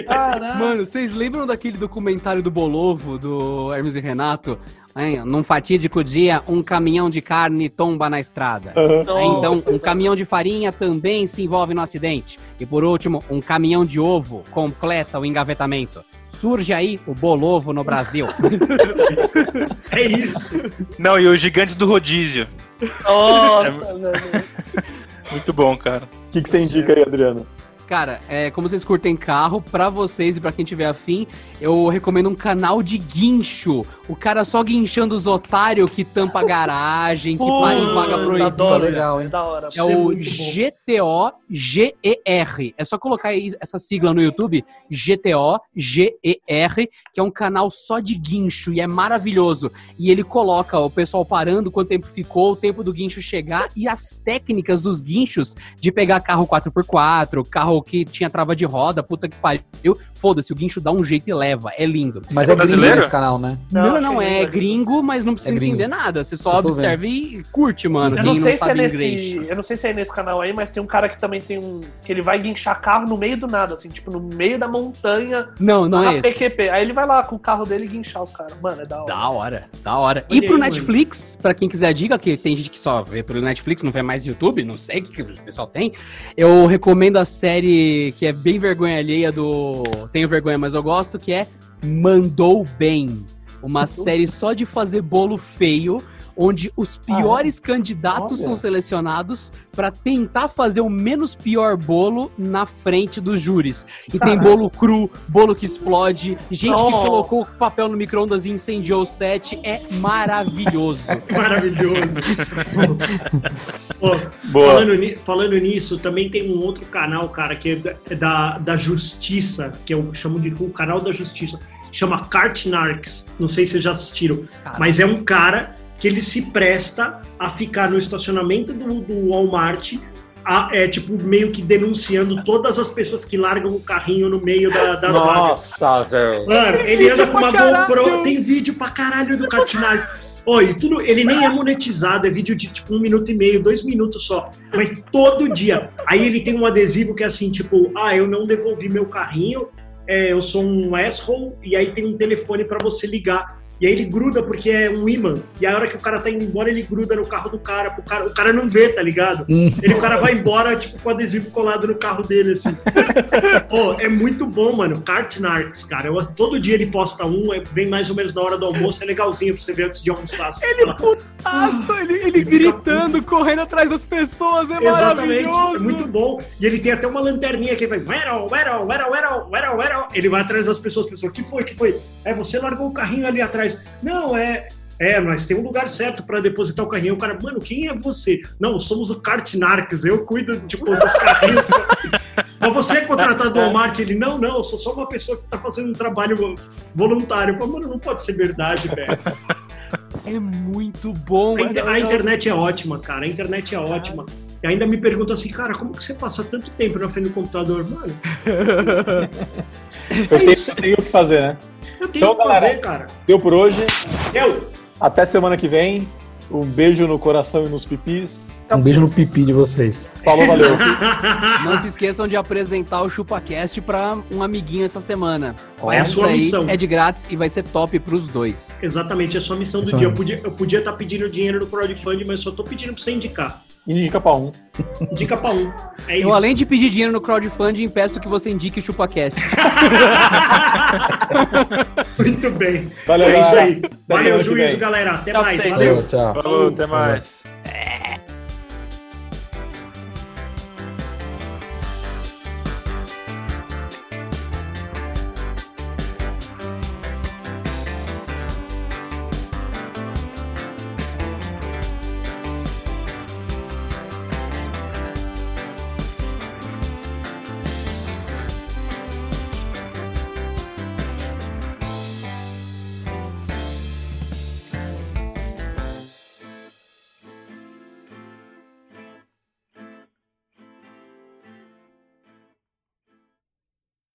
[SPEAKER 5] Caralho.
[SPEAKER 6] Mano, vocês lembram daquele documentário do Bolovo, do Hermes e Renato? Hein, num fatídico dia, um caminhão de carne tomba na estrada. Aí, Então, um caminhão de farinha também se envolve no acidente. E por último, um caminhão de ovo completa o engavetamento. Surge aí o bolovo no Brasil.
[SPEAKER 4] É isso.
[SPEAKER 3] Não, e os Gigantes do Rodízio.
[SPEAKER 5] Nossa, velho.
[SPEAKER 3] Muito bom, cara.
[SPEAKER 4] é
[SPEAKER 1] O que, que você indica aí, Adriano?
[SPEAKER 6] Cara, é, como vocês curtem carro, pra vocês e pra quem tiver afim, eu recomendo um canal de guincho. O cara só guinchando os otários que tampa garagem, que para em vaga
[SPEAKER 5] Puta,
[SPEAKER 6] proibida.
[SPEAKER 2] Tá
[SPEAKER 5] adoro,
[SPEAKER 2] Legal, hein?
[SPEAKER 5] Da hora.
[SPEAKER 6] É o
[SPEAKER 4] um
[SPEAKER 6] GTO-GER. É só colocar aí essa sigla no YouTube, GTO-GER, que é um canal só de guincho e é maravilhoso. E ele coloca o pessoal parando, quanto tempo ficou, o tempo do guincho chegar e as técnicas dos guinchos de pegar carro 4x4, carro que tinha trava de roda, puta que pariu. Foda-se, o guincho dá um jeito e leva. É lindo.
[SPEAKER 2] Mas é gringo
[SPEAKER 3] brasileiro?
[SPEAKER 2] esse canal, né?
[SPEAKER 6] Não, não,
[SPEAKER 5] acho que
[SPEAKER 6] é gringo, mas não precisa
[SPEAKER 2] É gringo.
[SPEAKER 6] entender nada. Você
[SPEAKER 2] Eu
[SPEAKER 6] só
[SPEAKER 2] tô
[SPEAKER 6] observa e curte, mano.
[SPEAKER 5] Eu
[SPEAKER 6] quem
[SPEAKER 5] não, sei se
[SPEAKER 6] sabe
[SPEAKER 5] é
[SPEAKER 6] inglês.
[SPEAKER 5] nesse, eu não sei se é nesse canal aí, mas tem um cara que também tem um. que ele vai guinchar carro no meio do nada, assim, tipo, no meio da montanha,
[SPEAKER 6] Não, não
[SPEAKER 5] na
[SPEAKER 6] é esse.
[SPEAKER 5] PQP. Aí ele vai lá com o carro dele e guinchar os caras. Mano, é da hora.
[SPEAKER 6] Da hora, da hora.
[SPEAKER 5] Olha
[SPEAKER 6] E pro
[SPEAKER 5] aí,
[SPEAKER 6] Netflix, pra quem quiser a dica, que tem gente que só vê pelo Netflix, não vê mais YouTube, não sei o que, que o pessoal tem. Eu recomendo a série que é bem vergonha alheia do Tenho Vergonha, mas eu gosto, que é Mandou Bem. Uma série só de fazer bolo feio, onde os piores candidatos
[SPEAKER 1] Olha.
[SPEAKER 6] são selecionados pra tentar fazer o menos pior bolo na frente dos júris. E tem bolo cru, bolo que explode, gente que
[SPEAKER 5] Oh.
[SPEAKER 6] colocou papel no micro-ondas e incendiou o set. É maravilhoso.
[SPEAKER 4] Maravilhoso. Pô,
[SPEAKER 3] Boa.
[SPEAKER 4] Falando, ni- falando nisso, também tem um outro canal, cara, que é da- é da, da Justiça, que eu chamo de o canal da Justiça, chama Cartnarks. Não sei se vocês já assistiram,
[SPEAKER 6] Cara.
[SPEAKER 4] mas é um cara que ele se presta a ficar no estacionamento do, do Walmart. a- é tipo meio que denunciando todas as pessoas que largam o carrinho no meio da- das vagas.
[SPEAKER 1] Nossa, velho.
[SPEAKER 4] Mano, ele anda com uma
[SPEAKER 6] pra caralho.
[SPEAKER 4] GoPro, tem vídeo pra caralho do Cartinari. Olha, tudo, ele nem é monetizado, é vídeo de tipo um minuto e meio, dois minutos só. Mas todo dia. Aí ele tem um adesivo que é assim, tipo, ah, eu não devolvi meu carrinho, é, eu sou um asshole, e aí tem um telefone pra você ligar. E aí ele gruda porque é um imã. E a hora que o cara tá indo embora, ele gruda no carro do cara, pro cara. O cara não vê, tá ligado?
[SPEAKER 2] Hum.
[SPEAKER 4] Ele, o cara vai embora, tipo, com o adesivo colado no carro dele, assim. Pô, é muito bom, mano. Cartnarks, cara. Eu- todo dia ele posta um, é- vem mais ou menos na hora do almoço, é legalzinho pra você ver antes de almoçar. assim,
[SPEAKER 6] Ele
[SPEAKER 4] fala.
[SPEAKER 6] putaço, ele, ele gritando, correndo atrás das pessoas, é
[SPEAKER 4] Exatamente, é
[SPEAKER 6] maravilhoso.
[SPEAKER 4] muito bom. E ele tem até uma lanterninha que vai, Werol, Werol, Werol, Werol, Werol, Werol. Ele vai atrás das pessoas, pessoal, que foi, que foi? É, você largou o carrinho ali atrás. Não, é. É, mas tem um lugar certo pra depositar o carrinho. O cara, mano, quem é você? Não, somos o Cartinarques, eu cuido tipo, dos carrinhos. mas você é contratado do Walmart? Ele, não, não, eu sou só uma pessoa que tá fazendo um trabalho voluntário. Eu falo, mano, não pode ser verdade, velho.
[SPEAKER 6] É muito bom.
[SPEAKER 4] A, inter-
[SPEAKER 6] é-
[SPEAKER 4] a internet é ótima, cara. A internet é ótima. E ainda me perguntam assim, cara, como que você passa tanto tempo na frente do computador? Mano, É
[SPEAKER 1] Eu tenho, tenho o que fazer, né?
[SPEAKER 4] eu tenho
[SPEAKER 1] Então,
[SPEAKER 4] que fazer,
[SPEAKER 1] galera.
[SPEAKER 4] cara.
[SPEAKER 1] Deu por hoje.
[SPEAKER 4] Eu,
[SPEAKER 1] Até semana que vem. Um beijo no coração e nos pipis.
[SPEAKER 2] Um beijo no pipi de vocês.
[SPEAKER 1] Falou, valeu.
[SPEAKER 6] Não se esqueçam de apresentar o ChupaCast pra um amiguinho essa semana.
[SPEAKER 4] é a
[SPEAKER 6] Faz isso
[SPEAKER 4] sua
[SPEAKER 6] daí,
[SPEAKER 4] missão.
[SPEAKER 6] é de grátis e vai ser top pros dois.
[SPEAKER 4] exatamente, é só a missão do
[SPEAKER 2] Isso
[SPEAKER 4] dia.
[SPEAKER 1] um.
[SPEAKER 2] aí.
[SPEAKER 4] Eu podia estar eu podia tá pedindo dinheiro no crowdfunding, mas só tô pedindo pra você indicar.
[SPEAKER 1] Indica pra um.
[SPEAKER 4] Indica pra um. É isso.
[SPEAKER 6] Eu, além de pedir dinheiro no crowdfunding, peço que você indique o ChupaCast.
[SPEAKER 4] Muito bem.
[SPEAKER 1] Valeu,
[SPEAKER 4] É isso
[SPEAKER 1] galera.
[SPEAKER 4] aí.
[SPEAKER 1] semana
[SPEAKER 4] Valeu,
[SPEAKER 1] que
[SPEAKER 4] juízo,
[SPEAKER 1] vem.
[SPEAKER 4] galera. Até
[SPEAKER 5] Tchau,
[SPEAKER 4] mais.
[SPEAKER 5] gente.
[SPEAKER 4] Valeu.
[SPEAKER 2] Valeu, tchau.
[SPEAKER 3] Falou, até mais.